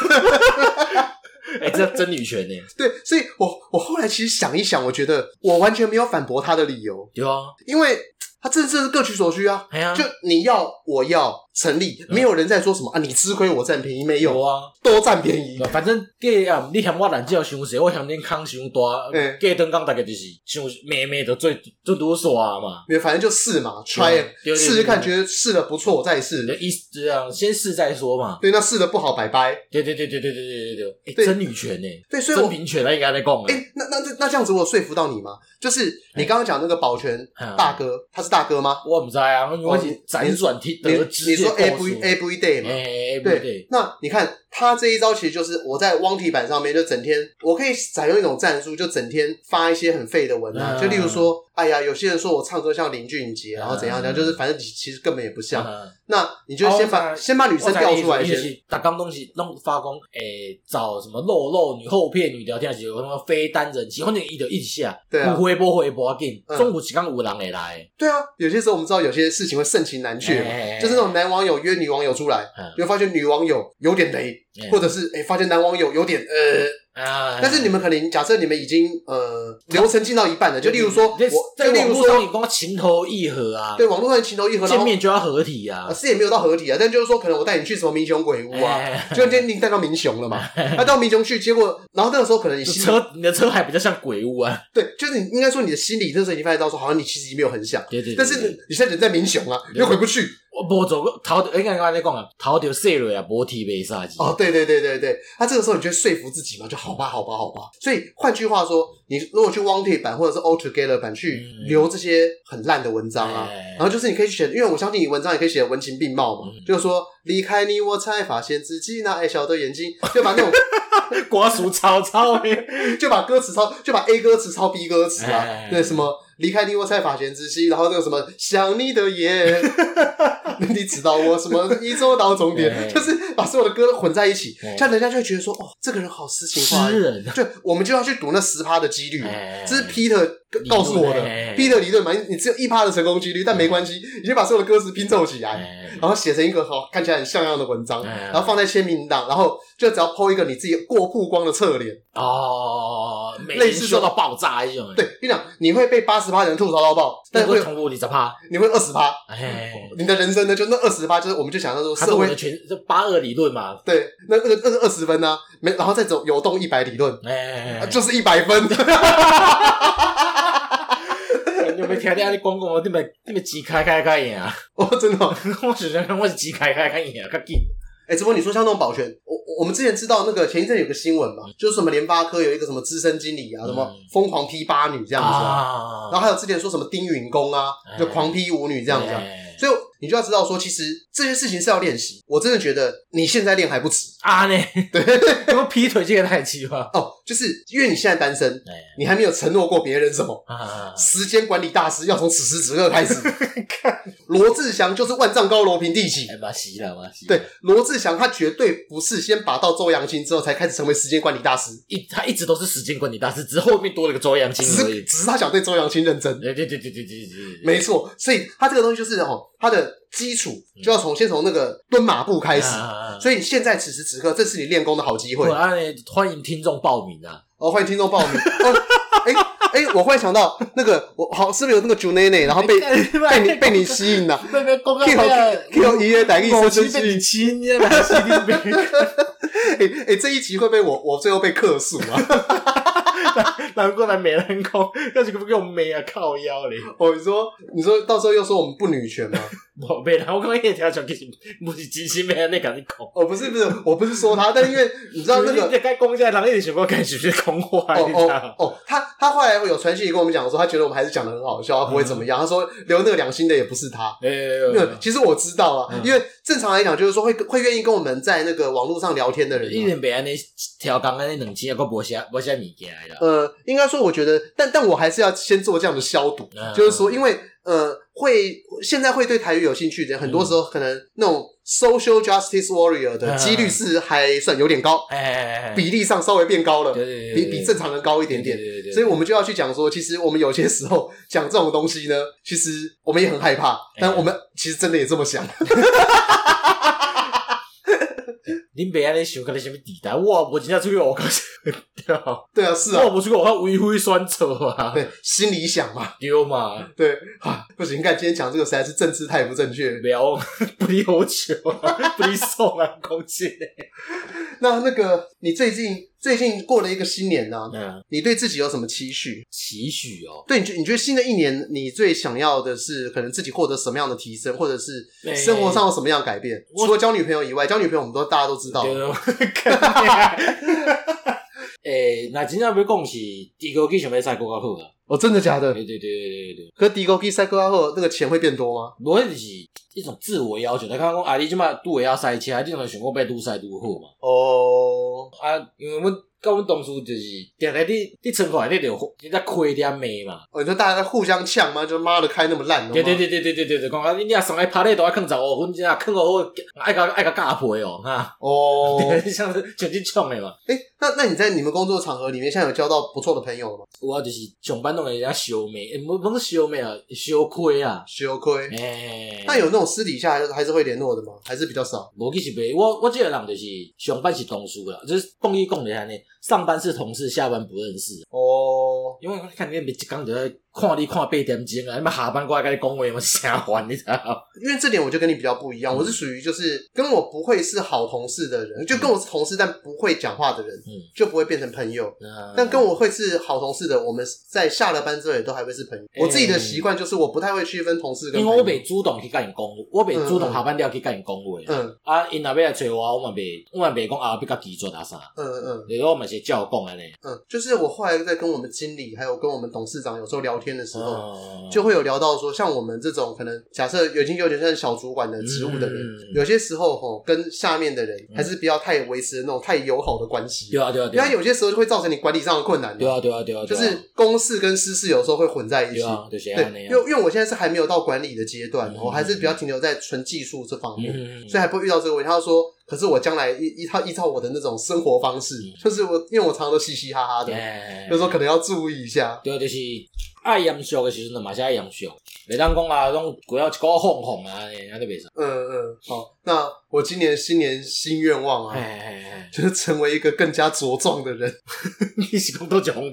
这真女权呢？”？
对，所以我我后来其实想一想，我觉得我完全没有反驳他的理由，
对啊，
因为他这这是各取所需啊。
哎呀，
就你要，我要成立，
嗯
没有人在说什么啊，你吃亏我占便宜，没有，
啊。
都占便宜。
反正计啊，你嫌我懒觉伤济，我嫌恁空伤大，
嗯
计灯讲大概就是想妹妹就最最多数啊嘛。
因为反正就试嘛
对啊
，try
对对对
试试看，
对
觉得试了不错，我再试
就。一这样，先试再说嘛。
对，那试的不好，拜拜。
对对对对对对对对对，
对
哎，真女权呢？
对，所以
真
我
平权啊，应该在讲
哎、
诶。
那那那那这样子，我有说服到你吗？就是你刚刚讲那个保全
哎呀
大哥，他是大哥吗？
我唔知啊，我
哦
是
你
辗转听
你
得
你
知这
说
个
every
故事。
every day 嘛？
哎，
对
对对，，
那你看他这一招其实就是我在汪体版上面就整天，我可以采用一种战术，就整天发一些很废的文啊，
嗯
就例如说，哎呀，有些人说我唱歌像林俊杰，然后怎样怎样，
嗯
就是反正其其实根本也不像。
嗯
那你就先把、
哦
先把女生调出来
就
先，
是打刚东西弄发功，诶、找什么肉肉女、后骗女聊天，还是有什么非单人机，反正伊就一直下，
对啊
有回波回波紧，
嗯
中午时间有人会来，
对啊，有些时候我们知道有些事情会盛情难却嘛，
哎
就是那种男网友约女网友出来，
嗯
就会发现女网友有点雷，
哎
或者是哎、发现男网友有点呃，
啊
但是你们可能假设你们已经呃流程进到一半了，就例如说我，
在
就
在
例
网
如
络上
说，
你光情投意合啊，
对网络上情投意合，然
见
后
面就要合体啊
啊，是也没有到合体啊，但就是说可能我带你去什么民雄鬼屋啊，
哎
就今天你带到民雄了嘛，那到民雄去，结果然后那个时候可能你心里
车你的车还比较像鬼屋啊，
对，就是你应该说你的心里那时候已经发现到说，好像你其实已经没有很想。
对对对
但是你现在人在民雄啊，又回不去
我无走过逃到，应该安尼讲啊，逃到细落啊，无体袂杀机。
哦，对对对对对，那、这个时候你就会说服自己嘛，就好吧，好吧，好吧。所以换句话说，你如果去 Wanted 版或者是 All Together 版去
嗯
留这些很烂的文章啊，
哎
然后就是你可以写，因为我相信你文章也可以写得文情并茂
嗯
嘛，就是说离开你我才发现自己那矮小的眼睛，就把那 种
瓜熟草草的，
就把歌词抄，就把 A 歌词抄 B 歌词啊，
哎
对什么离开你我才发现窒息，然后那个什么想你的 夜，你指导我什么一周到终点，
哎
就是把所有的歌混在一起，
哎
这样人家就会觉得说，哦，这个人好诗情画
诗
意。
人。
就我们就要去赌那十趴的几率，
哎
这是 Peter 告诉我的
哎。嗯
Peter 理论嘛，你你只有一趴的成功几率，但没关系，你就把所有的歌词拼凑起来，
哎
然后写成一个好看起来很像样的文章，
哎
然后放在签名档，然后就只要 PO 一个你自己过曝光的侧脸，
哦，每
类
天
似这
受
种
到爆炸一种。
对，，跟你讲，你会被八十趴人吐槽到爆，但
但
会嗯
会同步你十趴。
你会二十趴，
哎，
你的人生呢就那二十趴，就是我们就想象说
他是
社
我的
会
全这八二理论嘛。
对那那个那个二十分呢、没然后再走有动一百理论，
哎，
啊就是一百分，
你有没有听到你讲讲？你们你们机开开开眼啊！
哦真的哦、
我只想讲我是机开开开眼啊，较紧。
哎、欸，直播你说像那种保全，我我我们之前知道那个前一阵有个新闻嘛，就是什么联发科有一个什么资深经理啊，什么
嗯
疯狂批八女这样子、啊，
啊哎
然后还有之前说什么丁允恭啊，就狂批舞女这
这
样子、啊，
哎
所以你就要知道说，其实这些事情是要练习。我真的觉得你现在练还不迟，
啊呢？ 对，因为劈腿这个太奇葩。
哦，就是因为你现在单身
哎，
你还没有承诺过别人什么。
啊，
时间管理大师要从此时此刻 开始。 罗志祥就是万丈高楼平地起
哎。嘛是啦嘛是。
对，，罗志祥他绝对不是先把到周扬青之后才开始成为时间管理大师，
一他一直都是时间管理大师，只是后面多了个周扬青
只
而
是
已。
只是他想对周扬青认真。
对对对对对对对，
没错，所以他这个东西就是哦，他的基础就要从先从那个蹲马步开始。
啊
所以现在此时此刻，这是你练功的好机会
对，。啊，欢迎听众报名啊！
哦，欢迎听众报名。哦，哎哎，我忽然想到那个，我好是不是有那个 j u n e n e 然后 被
哎
被你被你吸引啊了？
被被公告
Q
被
Q 一的打一
狗
声
七
生
被
气
你，亲，你来吸你被，
哎、欸、这一集会被我我最后被克数啊！
难怪来美人空，但是可不给我美啊靠腰嘞！
哦，你说你说到时候又说我们不女权吗？
我美人，我刚刚一条讲，其实不是真心美人，你讲你讲。
哦，不是不是，我不是说他，但因为你知道那 个
你该攻下，人一直想讲，开始去空话，
哦
你知
哦
道？
哦，他他后来有传讯息跟我们讲说，他觉得我们还是讲的很好笑，他不会
嗯
怎么样。他说留那个良心的也不是他。没有，
呃，
其实我知道啊，
嗯
因为正常来讲，就是说会会愿意跟我们在那个网络上聊天的人啊
一
嘛、
点别安尼调工安尼两千，还佫无啥无啥物件来啦。
呃，应该说，我觉得，但但我还是要先做这样的消毒，
嗯
就是说，因为呃，会现在会对台语有兴趣的人，很多时候可能那种 social justice warrior 的
嗯
几率是还算有点高，
哎哎哎，
比例上稍微变高了，
对对对
比
对
比正常人高一点点。
对对对对
所以我们就要去讲说，其实我们有些时候讲这种东西呢，其实我们也很害怕，
嗯
但我们其实真的也这么想。
恁爸安尼想，可能什 么地带？我无真正出去外口，对啊，
对啊，是啊，
我无出去外口微微酸错啊，
对，心里想嘛，
对嘛，
对啊，不行，看今天讲这个实在是政治太不正确了。
聊不离好久 啊，不离送啊，空气。
那那个，你最近最近过了一个新年呢、
嗯，
你对自己有什么期许？
期许哦，
对，你觉你觉得新的一年你最想要的是可能自己获得什么样的提升，或者是生活上有什么样的改变？
我
除了交女朋友以外，交女朋友我们都大家都知道，
对， 哈诶，那真正要讲是，第一个去想要赛国较好啊。
哦，真的假的
对？对对对对对，
啊可迪沟基赛克阿后那个钱会变多吗？
无就是一种自我要求。他刚刚讲啊，你即马拄会晓赛车，你就想讲要愈赛愈好嘛。
哦，
啊，因为阮甲阮同事就是定定你你仓库内底就你在开点骂嘛。
哦，你说大家互相呛吗？就妈的开那么烂，
对对，对对对对对对，讲啊，你若上来拍咧，都要囥十五分钟，啊囥五分爱甲爱甲加倍哦，哈。
哦，
像是像即种诶嘛，
哎，那那你在你们工作场合里面，现在有交到不错的朋友了吗？
有啊，就是上班拢会遐烧眉，欸不不是烧眉啊，烧亏啊。
羞亏。
诶、
欸那有那种私底下还是还是会联络的吗？还是比较少？
无去是袂，我我这个人就是上班是同事啦，就是讲伊讲的安尼，上班是同事，下班不认识。啊
哦，
因为我看你每一工就在看你看八点钟啊，你妈下班过来跟你讲话嘛，啥烦你知道吗？
因为这点我就跟你比较不一样，
嗯
我是属于就是跟我不会是好同事的人，就跟我是同事但不会讲话的人，
嗯
就不会变成朋友。
嗯
但跟我会是好同事的，我们在下了班之后也都还会是朋友。我自己的习惯就是我不太会区分同事跟
因
朋
为我
友。
袂主动去甲因讲，我袂主动下班了去甲因讲话啦。
嗯
啊，因若要来找我，我嘛袂，我嘛袂讲啊，要甲拒绝啊啥。
嗯嗯
然后我嘛是照讲安尼。
嗯，就是我后来在跟我们经理还有跟我们董事长有时候聊天的时候，
嗯
就会有聊到说，像我们这种可能假设已经有点像小主管的职务的人，
嗯
有些时候吼跟下面的人
嗯
还是不要太维持那种太友好的关系
对，啊对啊
因
对
为
啊
有些时候就会造成你管理上的困难。
对啊对啊对啊，
就
对啊
是公事跟私事有时候会混在一起
对。啊，就是
对
安，尼
因
啊。
为因为我现在是还没有到管理的阶段，
嗯
我还是比较停留在纯技术这方面。
嗯
所以还不会遇到这个问题。他说：“可是我将来依依照依照我的那种生活方式，
嗯
就是我因为我常常都嘻嘻哈哈的，
哎
就说可能要注意一下。
对，就是爱严肃的时阵，就嘛是爱严肃。袂当讲啊，拢过了一个哄哄啊，安尼安尼袂使。”
嗯嗯，好，那我今年新年新愿望
哎
啊，
哎哎，
就是成为一个更加茁壮的人。
你是讲到一方面，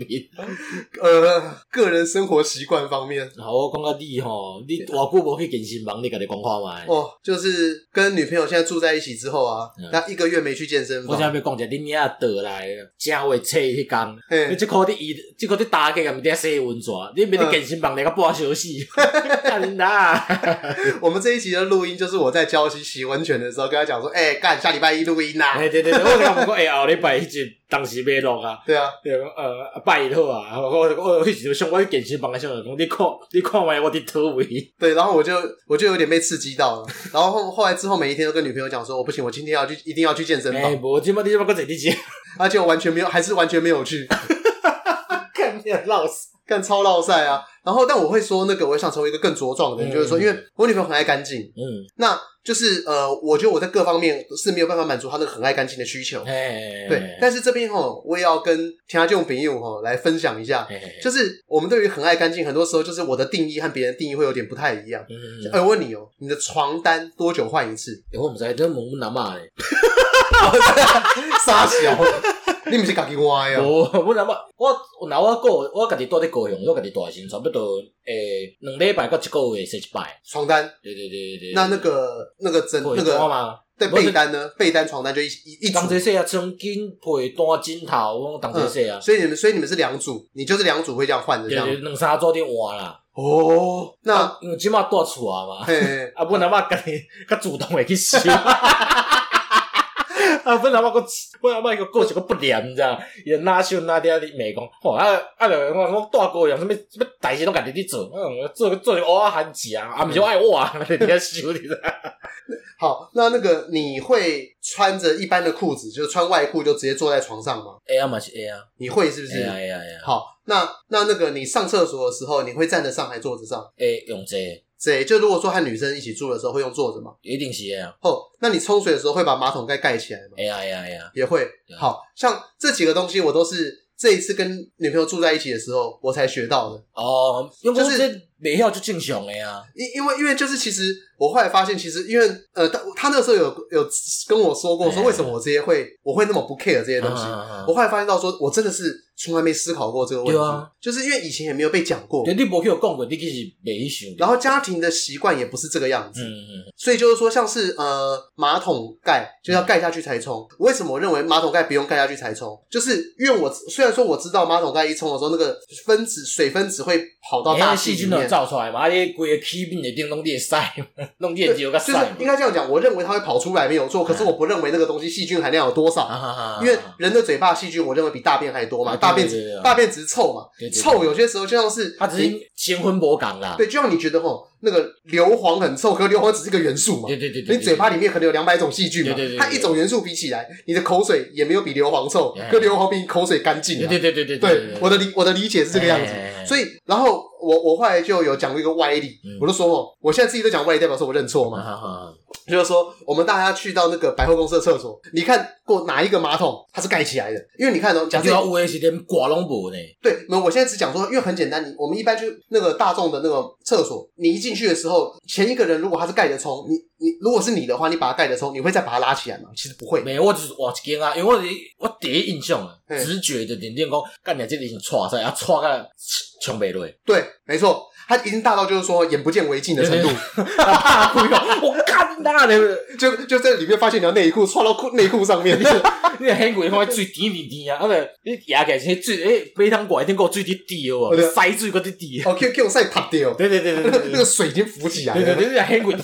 呃，个人生活习惯方面，
然后我讲到你吼，你偌久无去健身房，你甲你讲看卖。
哦，就是跟女朋友现在住在一起之后啊
嗯，
那一个月没去健身
我想
房，
要讲者，恁遐倒来正月初迄工，你
嘿，
即箍你伊，即箍你打起，毋得洗温泉，你免你健身房来个半小时，
嗯
干啊 恁啦！
我们这一集的录音就是我在礁溪洗温泉的时候跟他讲说，哎，干下礼拜一录音啊呐，
哎对对对，我甲问讲，哎后礼拜迄阵当时要落啊。
对啊，
对，呃，啊拜托啊！我我我迄时想，我去健身房的时候，讲你看，你看卖我伫倒位，
对，然后我就我就有点被刺激到了，然后后后来之后每一天都跟女朋友讲说，哦我不行，我今天要去，一定要去健身
哎，
房，
无即摆你即摆搁坐你只，
而且我完全没有，还是完全没有去，
看你老师，
干超落赛啊。然后但我会说那个，我想成为一个更茁壮的人，
嗯
就是说，因为我女朋友很爱干净，
嗯，
那就是呃，我觉得我在各方面是没有办法满足她那个很爱干净的需求。
哎，
对，但是这边吼，我也要跟其他这种朋友吼来分享一下，
嘿嘿嘿
就是我们对于很爱干净，很多时候就是我的定义和别人的定义会有点不太一样。
嗯，
哎、我问你哦，你的床单多久换一次？
欸我毋知，你问阮阿嬷咧，
傻小，你毋是家己歪啊？
无，阮阿嬷，我若我过，我家己住伫高雄，我家己住新差不多诶两礼拜到一个月洗一摆，
床单，
对对对对对。
那那个那个枕
被
那
单
个
嘛，
对
不是
被单呢？被单床单就一起一一组
同，齐洗啊，床巾、被单、枕头，我拢同齐洗啊，
所以你们所以你们是两组，你就是两组会这样换的这
对
样
对，。两三组伫换啦。
哦，那
因为即马住厝啊嘛，
嘿嘿，
啊，阮阿嬷家己较主动会去收。啊，阮阿嬷个，阮阿嬷个过一个不良，你知道？伊就拿手拿嗲咧骂讲，吼啊啊！就我我大姑用什么什么代志拢家己去做，嗯，做做就蚵仔番薯啊，啊，毋是我爱我啊，伫遐收你知道？
好，那那个你会穿着一般的裤子，就是穿外裤就直接坐在床上吗？
会啊嘛是会啊，
你会是不
会啊
是？
会啊会啊，
好，那那那个你上厕所的时候，你会站得上还坐着上？
会用这
对，就如果说和女生一起住的时候会用坐着嘛。
一定是会啊，
哦，那你冲水的时候会把马桶盖盖起来吗？
会啊会啊会啊，
也会
对。啊
好像这几个东西，我都是这一次跟女朋友住在一起的时候，我才学到的。
哦，因为
就
我
是
这袂晓就正常诶啊，
因因为因为就是其实我后来发现，其实因为呃，他他那个时候有有跟我说过，
哎
说为什么我这些会我会那么不 care 这些东西。
啊啊啊
我后来发现到说，我真的是从来没思考过这个问
对
题
啊，
就是因为以前也没有被讲过
对，，你无去有讲过，你其实袂去想。
然后家庭的习惯也不是这个样
嗯
子，
嗯。嗯
所以就是说，像是呃马桶盖就要盖下去才冲。为什么我认为马桶盖不用盖下去才冲？就是因为我虽然说我知道马桶盖一冲的时候，那个分子水分子会跑到
欸
大
那
气
细
里
菌都有
面。
造出来嘛，啊，你规个起面的顶拢你会使， 拢你的尿甲
就
屎
是
嘛
应该这样讲，我认为它会跑出来没有错，可是我不认为那个东西细菌含量有多少，
嗯啊哈哈，
因为人的嘴巴细菌我认为比大便还多嘛，
啊
大便
对对对对
大便只是臭嘛
对，对对
臭有些时候就像是
它只
你
是成分无共啦，
对，就像你觉得吼，那个硫磺很臭，可硫磺只是一个元素嘛
对，对对对，
你嘴巴里面可能有两百种细菌嘛
对对对对，
它一种元素比起来，你的口水也没有比硫磺臭
对，
可硫磺比你口水干净
对
啊。
对对对对哎
对，我的理我的理解是这个样子。所
以
以，然后我我后来就有讲过一个歪理，
嗯
我就说哦，我现在自己都讲歪理，代表说我认
啊
错嘛。就是说，我们大家去到那个百货公司的厕所，你看过哪一个马桶它是盖起来的？因为你看哦，假
讲
设
句话，有的啊是连挂拢无呢，
对，没有，我现在只讲说，因为很简单，你我们一般去那个大众的那个厕所，你一进去的时候，前一个人如果他是盖着冲，你你如果是你的话，你把它盖着冲，你会再把它拉起来吗？其实不会。
没，我就是换一间啊，因为我是我第一印象啊，
嘿
直觉就认定讲，干你这个是错噻，啊错个冲袂落，
对，没错，它已经大到就是说眼不见为净的程度，
啊怕亏哦， 我干那的，
就就在里面发现你的内裤穿到裤内裤上面，
你很贵，看水甜甜甜啊，啊个你牙起来是水，诶，杯汤管一定够水滴滴哦
对，
塞水个滴滴，
哦，Q Q 赛啪掉，
对对对对
那
对
个
对
那个水已经浮起来
对对
了。
对，很贵，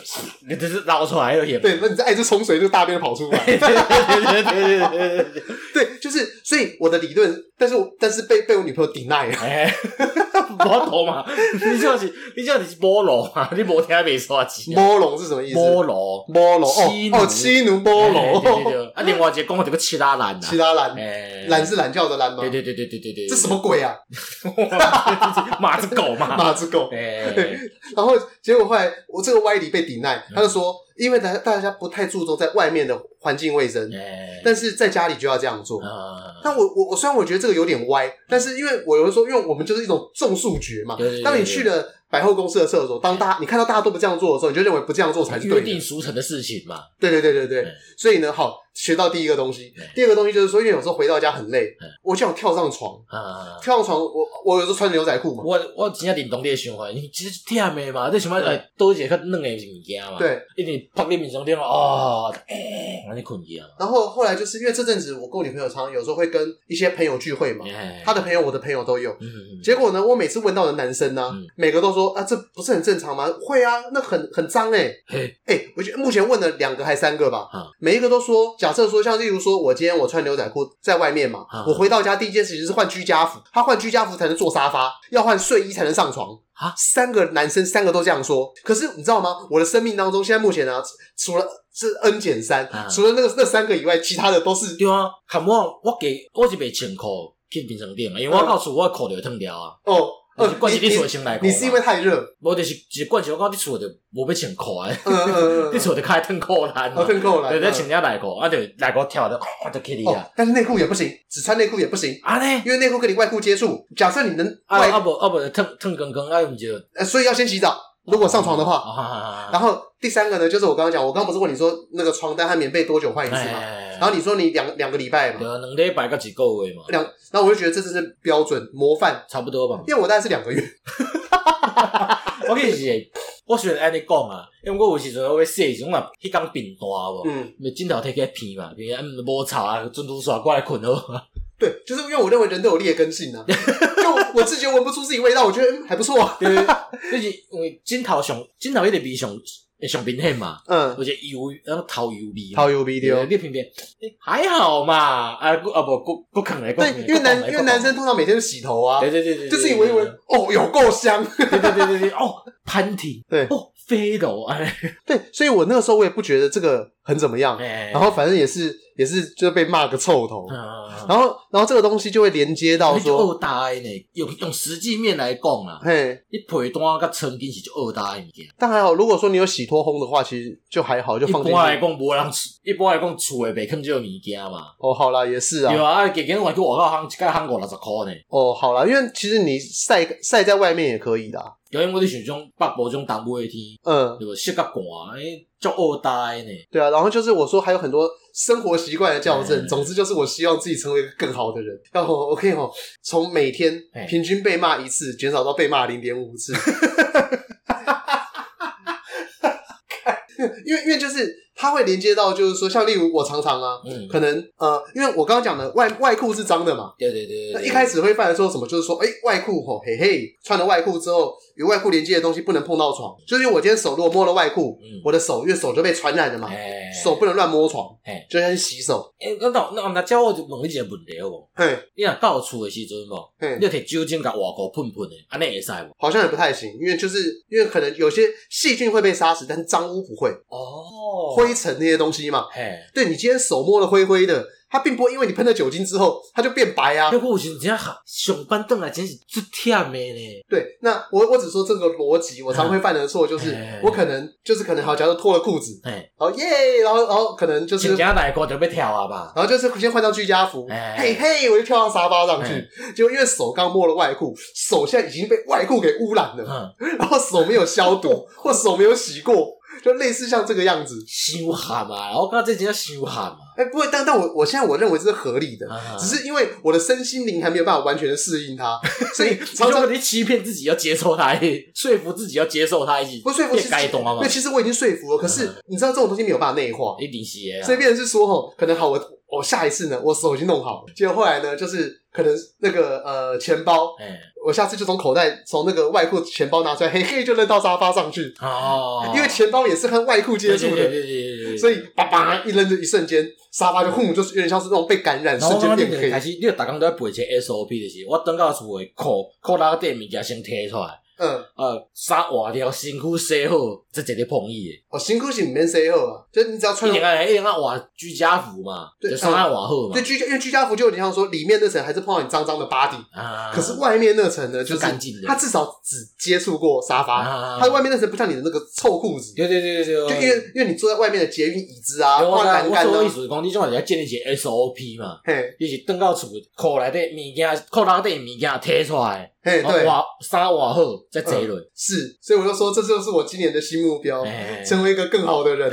你这是捞出来了也，对
对，那你再一直冲水，就大便跑出来。
对对对对对对，
对，就是，所以我的理论，但是我但是被被我女朋友 deny 了。
哎，无头嘛，你就是你就是菠萝嘛，你无听袂煞钱，
摸龙是什么意思？
菠萝。
菠萝
妻
哦
奴
哦，七奴菠
哎对对
萝，
对，啊，另外一个讲这个七拉兰
其
呐，
他懒
哎，
懒是懒觉的懒吗？
对，对对对对对对，
这什么鬼 啊？
马子狗嘛？
马子狗。
哎，
然后结果后来我这个歪理被 deny，他
嗯
就说，因为大大家不太注重在外面的环境卫生，
哎，
但是在家里就要这样做。
啊，
但我我我虽然我觉得这个有点歪，但是因为我有的时候，因为我们就是一种重数觉嘛
嗯对对对。
当你去了百货公司的厕所，当大家你看到大家都不这样做的时候，你就认为不这样做才是对
约
的。
定俗成的事情嘛，
对对对对对
嗯。
所以呢，好学到第一个东西
嗯，
第二个东西就是说，因为有时候回到家很累
嗯，
我就想跳上床，
啊。
跳上床，我我有时候穿牛仔裤嘛，
我我真正认同你的想法，你其实忝的嘛，你想要来倒一个较软的物件嘛，，
对。
一直拍你面上顶哦，哎，安尼困去啊，
然后后来就是因为这阵子我跟我女朋友常常有时候会跟一些朋友聚会嘛，
哎，
哦她的朋友、我的朋友都有。
嗯，嗯，
结果呢，我每次问到的男生呢、
嗯
每个都说啊，这不是很正常吗？会啊，那很很脏哎、
嘿
哎、我觉得目前问了两个还三个吧，
嗯
每一个都说，假设说像例如说，我今天我穿牛仔裤在外面嘛，
嗯
我回到家第一件事情是换居家服，他换居家服才能坐沙发，要换睡衣才能上床
啊
三个男生三个都这样说，可是你知道吗？我的生命当中现在目前呢、啊除了是 n 减三
嗯，
除了那个那三个以外，其他的都是
对啊，含我我给我是袂穿裤去面上顶，因为我到厝我裤就会脱掉啊，
哦
我
哦
是，惯
呃你
是你厝
你
先来裤
你是因为太热，
无就是一惯性，我讲你厝就无要穿裤啊，
嗯嗯嗯嗯，
你厝就开脱裤啦，
哦，更够了，
对，你
嗯
穿只内裤，啊就内裤跳就啊就起你啊
哦，，但是内裤也不行，只穿内裤也不行，
啊呢，
因为内裤跟你外裤接触，假设你能
啊
外，
啊无啊无就脱脱光光，啊毋就
呃所以要先洗澡。如果上床的话，
啊，
然后第三个呢，就是我刚刚讲，我刚刚不是问你说那个床单和棉被多
啊
久换一次吗？
然
然后你说你两两个礼拜
对
嘛，
啊，两礼拜到一个月嘛，
两，然后我就觉得这真是标准模范，
差不多吧。
因为我大概是两个月，
我其实是，我虽然安尼讲啊，因为我有时阵我要洗的时阵啊，迄工病大无，
嗯，
咪枕头摕起来片嘛，片啊嗯无臭啊，准拄煞过来困哦好。
对，就是因为我认为人都有劣根 性啊，就我自己闻不出自己味道，我觉得嗯还不错啊，
对， 就是因为枕头上枕头迄个味上上明显嘛，
嗯，
而且油那个头油味嘛。
好牛逼的
对，
哦。
你偏偏诶还好嘛，啊不啊不，骨骨坑来，
对，因为男因为男生通常每天都洗头啊
对，对对对，
就是以为闻哦有够香，
对对对对对哦，攀挺，
对
哦，飞楼哎，
对，所以我那个时候我也不觉得这个很怎么样，然后反正也是也是就被骂个臭头，
然
然后然后这个东西就会连接到
嗯哎就
说，
二大的呢，用用实际面来讲啦，
嘿，
你被单甲床巾是就二大的物件，
但还好，如果说你有洗脱烘的话，其实就还好，就
一
放进
般来
去。
讲无人厝，一般来讲厝诶袂坑这个物件嘛，
哦，好啦，也是
对
啊，
啊，啊，给给我去外口行一间行五六十块呢，
哦，好啦，因为其实你晒晒在外面也可以啦，
因为我咧想种北部种东北的天，
嗯，
对无，湿甲寒，诶，足二大的呢。
对啊。然后就是我说还有很多生活习惯的校正，
嗯
总之就是我希望自己成为一个更好的人。然后 OK 哦，从每天
嘿
平均被骂一次，减少到被骂零点五次。 因为因为就是它会连接到，就是说，像例如我常常啊，
嗯，
可能呃，因为我刚刚讲的外外裤是脏的嘛，
对对对对
那
对，
一开始会犯的时候什么，就是说，哎、外裤吼，嘿嘿，穿了外裤之后，与外裤连接的东西不能碰到床，就是因为我今天手如果摸了外裤，
嗯
我的手因为手就被传染了嘛，
哎，
手不能乱摸床
嘿，
就像去洗手，
哎，那那那那，叫我就问你一个问题好无？
嘿，
你若到厝的时阵无，
嘿
你，就摕酒精甲外口喷喷的，安尼会使无？
好像也不太行，因为就是因为可能有些细菌会被杀死，但是脏污不会，
哦，
灰尘那些东西嘛，
嘿，
对你今天手摸了灰灰的，它并不会因为你喷了酒精之后它就变白啊
那。我有时候真的上班回来真是最忝的呢。
对，那我我只说这个逻辑，我常会犯的错 就是
嗯
我可能就是可能好，假如脱了裤子，
嘿，
然后耶，然后然后可能就是
真正内裤就要跳啊吧？
然后就是先换上居家服，
哎
嘿嘿，我就跳上沙发上去。结果因为手刚摸了外裤，手现在已经被外裤给污 染了，
嗯，
然后手没有消毒，或手没有洗过，就类似像这个样子。
伤汗嘛，我感觉这真正伤汗嘛。
哎，不过但但我我现在我认为这是合理的，
啊
只是因为我的身心灵还没有办法完全的适应它，所 以常
常
常
常你欺骗自己要接受它，说服自己要接受它，一起
不说服
你
自己
该懂啊嘛
对，。其实我已经说服了，可是你知道这种东西没有办法内化，
一定是嗯的啊
所以变成是说吼，可能好我。我下一次呢，我手已经弄好了。结果后来呢，就是可能那个呃钱包，
哎，
我下次就从口袋从那个外裤钱包拿出来，嘿嘿就扔到沙发上去，
哦，
因为钱包也是和外裤接触
对
的，
对对对对对，
所以叭叭一扔的一瞬间，沙发就轰，就是有点像是那种被感染，
然后
瞬间
我讲
变
你就
黑
开。始，你就逐工都要背一个 SOP，就是我等到厝诶裤裤内底物件先摕出来，
嗯，
呃，衫换掉，身躯洗好，这一个碰伊诶。
哦，辛苦是唔免 say 后啊，就是你只要穿
一定
了，
啊，一定啊，换居家服嘛，
对
就衫爱换好嘛
对。居家，因为居家服就有点像说里面那层还是碰到你脏脏的 body，
啊，
可是外面那层呢，就是
干净的
它至少只接触过沙发，
啊，
它的外面那层不像你的那个臭裤子，
对对对对
就
对，
因为因为你坐在外面的捷运椅子啊，
我
挂栏
我
杆
所意
啊，
思是讲，你种也要建立一个 SOP 嘛，
嘿
你是等到厝裤内底物件，裤内底物件摕出来，
嘿，
然后
对，
换衫换好，再坐落。
是，所以我就说这就是我今年的新目标，
哎
成为一个更好的 人。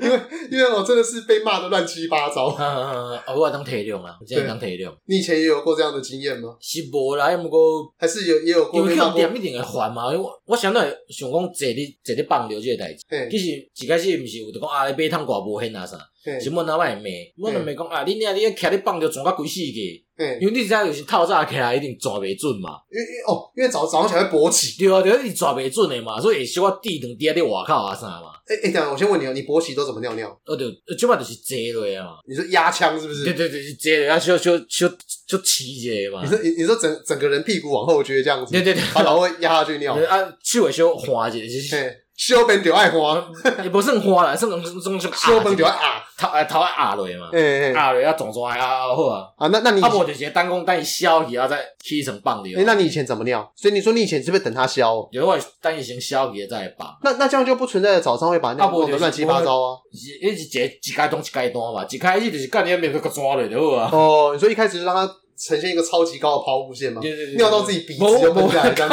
因为因为我真的是被骂的乱七八糟。
嗯，我会当体谅啦，真会当体谅。
你以前也有过这样的经验吗？
是无啦，毋过
还是有也有过
因
被
为
骂
欠
过？
店一定会还嘛。因为我我想到想讲坐咧坐咧放尿即个代志，
嘿
其实一开始毋是有着讲啊，你买桶挂无现啊啥，
嘿
是阮阿妈会骂，阮阿妈讲啊，你娘你徛咧放尿全到规死个，
嘿
因为你知影就是透早起来一定抓袂准嘛，
哎因为因为哦，因为早早上起来会勃起。
对啊对啊，你抓袂准诶嘛，所以会小可地两滴咧外口啊啥嘛，
哎哎，等一下我先问你哦，你勃起都怎么尿尿？
我就即摆就是坐落啊嘛，
你说压枪是不
对
是？
对对，是坐落啊，小小小小起者嘛
你，说你你说整整个人屁股往后撅这样子
对，对对，
啊然后会压下去尿。
啊手会小滑者，就是
嘿，修本就爱花，
也不算花啦，算讲算算
修本就爱
头
啊。
头爱压落嘛，
哎哎
压落啊总总爱压好啊，
啊，那那你以
啊
前
无就是单讲等伊消去，啊再起成放
哎，
尿，
那你以前怎么尿？所以你说你以前是不是等它消哦？
有我等伊先消去再放，
那那这样就不存在早上会把尿
啊不
弄得乱七八糟啊。
是伊是一一阶段一阶段嘛，一开始就是干你面个抓落就好啊，
哦，你说一开始就让它呈现一个超级高的抛物线吗？
对对对，
尿到自己鼻子就
无
喷下来这样。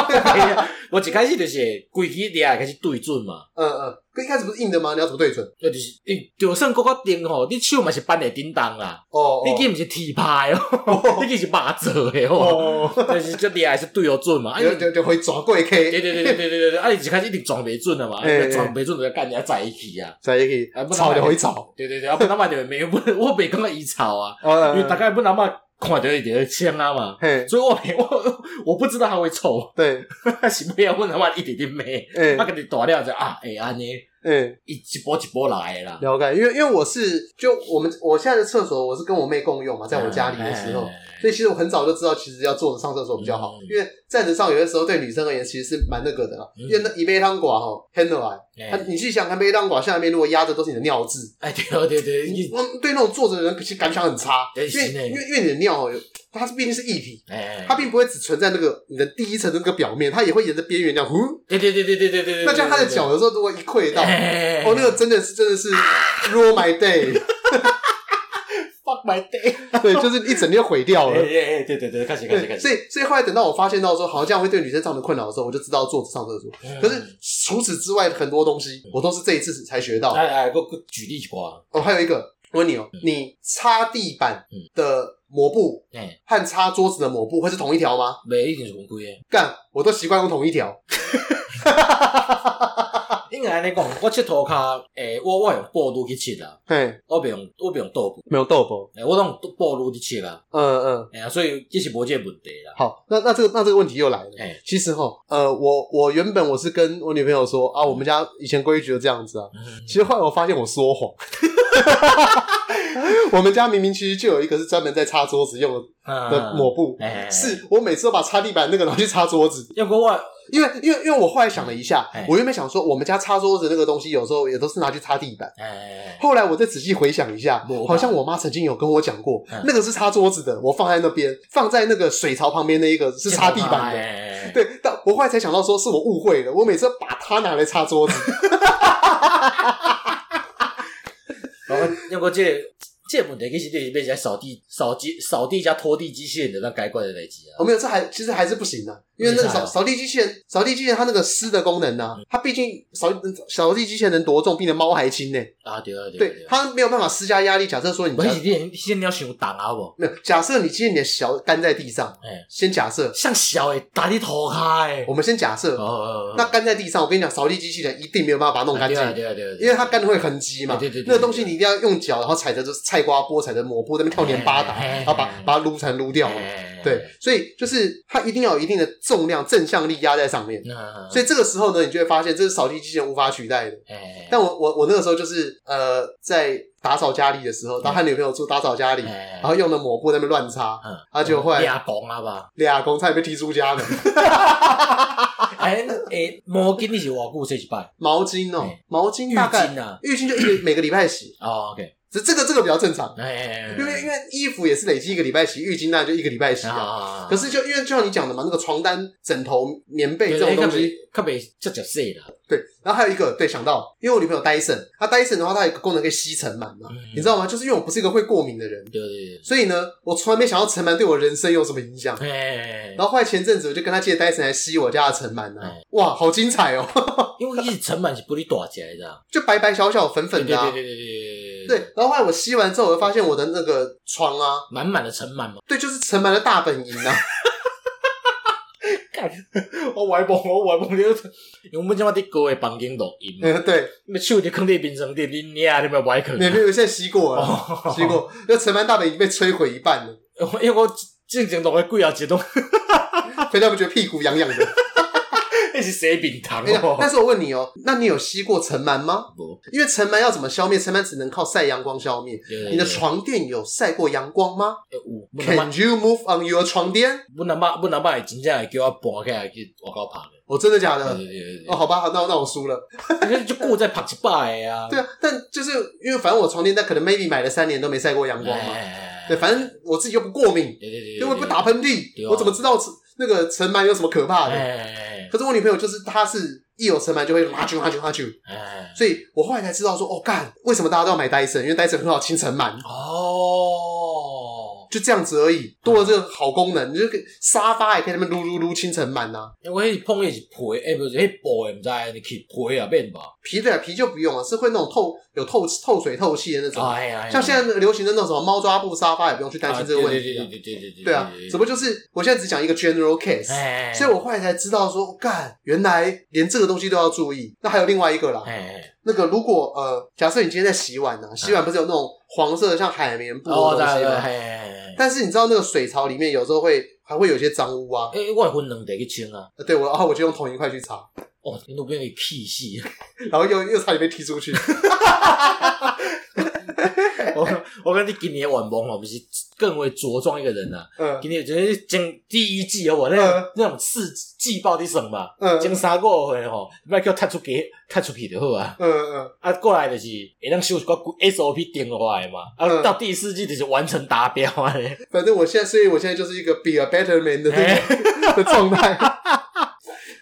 我一开始就是规矩掠开始对准嘛，
嗯嗯，可一开始不是硬的吗？你要怎么对准？
就就是伊就算搁较定吼，你手嘛是扳会叮当啦，
哦，
你计毋是铁拍哦， 你计是麻做诶哦，
哦，
但是这掠还是对哦准嘛，啊
就就就会转过一 K，
对对对对对对对对，啊！你一开始一定撞袂准了嘛，
哎哎
撞袂准就要干人家在一起啊。
再一起
啊不然
吵就
还
会吵。
对对对，啊，本阿妈就没有，不我袂感觉伊吵啊，因
哦
为大概本阿妈看着伊就会呛啊嘛，
嘿，
所以我 没我我不知道他会臭，
对，
是不要问阿妈一点点咩，我
哎
跟你大了就啊，会安尼
哎，
一一波一波来的啦。
了解。因为因为我是就我们我现在的厕所我是跟我妹共用嘛，在我家里的时候
哎，，哎
所以其实我很早就知道，其实要坐着上厕所比较好，
嗯
因为站着上有些时候对女生而言其实是蛮那个的啦。
嗯
因为那一杯汤寡吼，hand 来，
哎
啊你去想看杯汤寡下面如果压着都是你的尿渍，
哎，对对对，你
嗯，对那种坐着的人其实感想很差，因
对
为
是呢
因为因为你的尿哦，有它是毕竟是液体。
哎，
它并不会只存在那个你的第一层的那个表面，它也会沿着边缘这样，呼。
对对对对对对对对，
那这样它的脚有时候如果一溃到，哦，
哎，
那个真的是真的是 ruin my day，
fuck my day，
对，就是一整天毁掉
哎
了。
哎哎，对对对，开始开始开
哦对，
始，
所以所以后来等到我发现到说，好像这样会对女生造成困扰的时候，我就知道坐着上厕所。
嗯
可是除此之外的很多东西，我都是这一次才学到。
哎哎，我我举例一寡，
哦，还有一个，我问你哦，你擦地板
嗯
的抹布
哎，
和擦桌子的抹布会是同一条吗？
袂一定是分开诶，
干，我都习惯用同一条。
应应该安尼讲，我佚涂骹，诶，哎我我用布褥去佚啦，
嘿，
我袂用我袂用桌布，
没有豆腐，
诶，我拢用布褥去佚啦，
嗯嗯，
哎呀，所以这是无这个问题啦。哎
好，那那这个那这个问题又来了。
诶，
其实哈，呃，我我原本我是跟我女朋友说啊，我们家以前规矩就这样子啊。
嗯
其实后来我发现我说 谎，我们家明明其实就有一个是专门在擦桌子用的抹，布，
哎，
是我每次都把擦地板那个拿去擦桌子，
要不我
因为因为因为我后来想了一下
哎，
我原本想说我们家擦桌子那个东西有时候也都是拿去擦地板。
哎，
后来我再仔细回想一下
抹吧，
好像我妈曾经有跟我讲过
嗯，
那个是擦桌子的，我放在那边，放在那个水槽旁边那一个是擦地
哎
板的。
的，
对，但我后来才想到，说是我误会了，我每次把它拿来擦桌子。
然后要不这个这个问题其实就是变成扫地、扫地、扫地加拖地机器人的那该怪的代志啊
哦，。没有，这还其实还是不行的、因为那个扫
没差哦嗯
扫地机器人，扫地机器人它那个湿的功能呢、啊它毕竟扫扫地机器人能多重，比你的猫还轻呢、
啊，对啊，对啊
对
对，啊。
它没有办法施加压力。假设说你
不
家
是你，你现在要想重啊无？
没有，假设你今天你的小干在地上，
哎，
先假设，
像小诶，打你头骹诶。
我们先假设，
哦
那干在地上，我跟你讲，扫地机器人一定没有办法把它弄干净。
对啊对啊对啊，
因为它干会痕迹嘛，
对对对对
那个东西你一定要用脚，然后踩着就是菜瓜波，踩着抹布，在那边跳黏巴达，
哎哎哎
然后把把它撸成撸掉嘛。对，，所以就是它一定要有一定的重量、正向力压在上面。
那
所以这个时候呢，你就会发现这是扫地机器人无法取代的。
哎，
但我我我那个时候就是呃，在打扫家里的时候，然后和女朋友住打扫家里，
然
然后用的抹布在那边乱擦，
嗯，
他就会
俩公啊吧？
俩公差点被踢出家门。
哎哎，毛巾你是偌久洗一摆？
毛巾哦
哎，
毛巾
浴
大概
巾啊？
浴巾就一个每个礼拜洗，
哦，OK，
只这个这个比较正常，
哎，
因为因为衣服也是累积一个礼拜洗，浴巾那就一个礼拜洗啊。
啊，
可是就因为就像你讲的嘛，那个床单、枕头、棉被这种东西，，
较袂较较细啦。
对，然后还有一个，对，想到，因为我女朋友 Dyson，她 Dyson 的话，它有一个功能可以吸尘螨嘛，
嗯
你知道吗？就是因为我不是一个会过敏的人，
对对
所以呢，我从来没想到尘螨对我人生有什么影响。
对，哎，
然后后来前阵子我就跟她借 Dyson 来吸我家的尘螨啊
哎，
哇，好精彩哦，
因为一成本是不哩大只的啦，
就白白小小粉
对
粉
对
的、
对
啊。
对对
对，，然后后来我吸完之后，我就发现我的那个床啊，
满满的成本嘛，
对，就是尘螨的大本营啊。
我歪崩我歪崩了，因为我们今晚伫各位房间录音嘛，
嗯 对，
那手伫坑伫冰箱底，你你啊你咪歪坑，
你没有现在吸过啊了，
哦，
吸过，那尘螨大本营被摧毁一半了，
因为我之前录的几啊集都
所以他们觉得屁股痒痒 的。
那是洗饼糖
哎呀但
哦，
是我问你哦，那你有吸过尘螨吗？
无，
因为尘螨要怎么消灭？尘螨只能靠晒阳光消灭。你
你
的床垫有晒过阳光吗
有，阮阿
？Can
嬷
you move on your 床垫？
阮阿嬷阮阿嬷会真正会叫我搬起来去外口拍
哦，真的假的？
的，对对对
哦，好吧，好，那那我输了。
对，你就顾在拍一摆的啊，
对啊，但就是因为反正我床垫，但可能 maybe 买了三年都没晒过阳光嘛。
哎
对，反正我自己又不过敏，
对对对，
又不打喷嚏
对，啊
我怎么知道那个尘螨有什么可怕的？
哎
可是我女朋友就是她是一有尘螨就会哈啾哈啾哈啾，
哎。
所以我后来才知道说，哦，干，为什么大家都要买 Dyson？因为 Dyson 很好清尘螨。
哦，
就这样子而已，多了这个好功能，你就可以沙发也可以在那边撸撸撸清啊尘螨呐。
因为迄是碰的是皮，哎、不是迄布的，毋知道你去皮啊变吧？
皮的皮就不用了，是会那种透有透透水透气的那种。
哎呀，
像现在流行的那种什么猫抓布沙发，也不用去
在
担心这个问题、
对
啊。
对对对对
对啊，只不过就是我现在只讲一个 general case，
哎，
所以我后来才知道说，哦干，原来连这个东西都要注意。那还有另外一个啦，
哎，
那个如果呃，假设你今天在洗碗呢、洗碗不是有那种黄色的像海绵布
嗯哦，
的东
对
西
对，
吗？
哎，
但是你知道那个水槽里面有时候会还会有些脏污啊，
哎，我分两地去清啊，
对我，然后我就用同一块去擦。
哦，你都变个屁戏，
然后又又差点被踢出 去。
我我跟你今年晚梦哦，不是更为茁壮一个人啊，
嗯
今年就是整第一季哦，我那种那种四季报的省嘛，
嗯嗯
整三个月吼，不要叫踢出去，踢出去就好啊。
嗯
啊，过来就是会当修一个 SOP 定落来嘛，啊，
嗯
到第四季就是完成达标啊。咧
嗯，反正我现在，所以我现在就是一个 be a better man 的
哎
这个 的状态。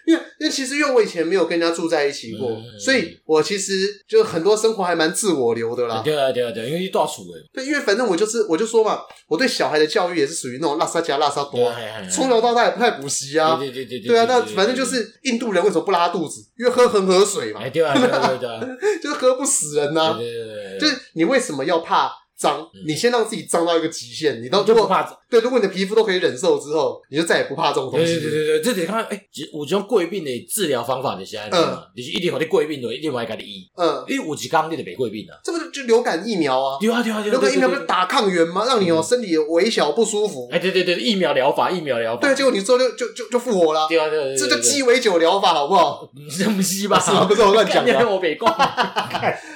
因为因为其实因为我以前没有跟人家住在一起过，
嗯
所以我其实就很多生活还蛮自我流的啦。
对啊，对啊，对啊，因为你大厝诶，
对，因为反正我就是我就说嘛，我对小孩的教育也是属于那种拉萨加拉萨多，啊从小到大也不太补习啊。
嗯对对对对
对啊，那反正就是印度人为什么不拉肚子？因为喝恒河水嘛
哎，，对啊，对啊，对啊，对啊
就是喝不死人呐、
对对对对，嗯
就是你为什么要怕脏，你先让自己脏到一个极限，你到
就
如
不
果
怕。
对，如果你的皮肤都可以忍受之后，你就再也不怕这种东
对
西
对。对对，这得看，哎，其实有种过敏的治疗方法就是安尼嘛，就是一定互你过敏，就另外甲你医，
嗯，
因为有一工你就袂过敏啊。
这不就就流感疫苗啊？
对啊对啊对啊，
流感疫苗不
对嗯
是打抗原吗？让你哦身体微小不舒服，
哎，对对对，疫苗疗法，疫苗疗法，
对，结果你之后就就就就复活了，
对啊对啊对啊，
这叫鸡尾酒疗法，好不 好？
你这么西吧？
是吗？不是我乱讲的啊
干，我北讲。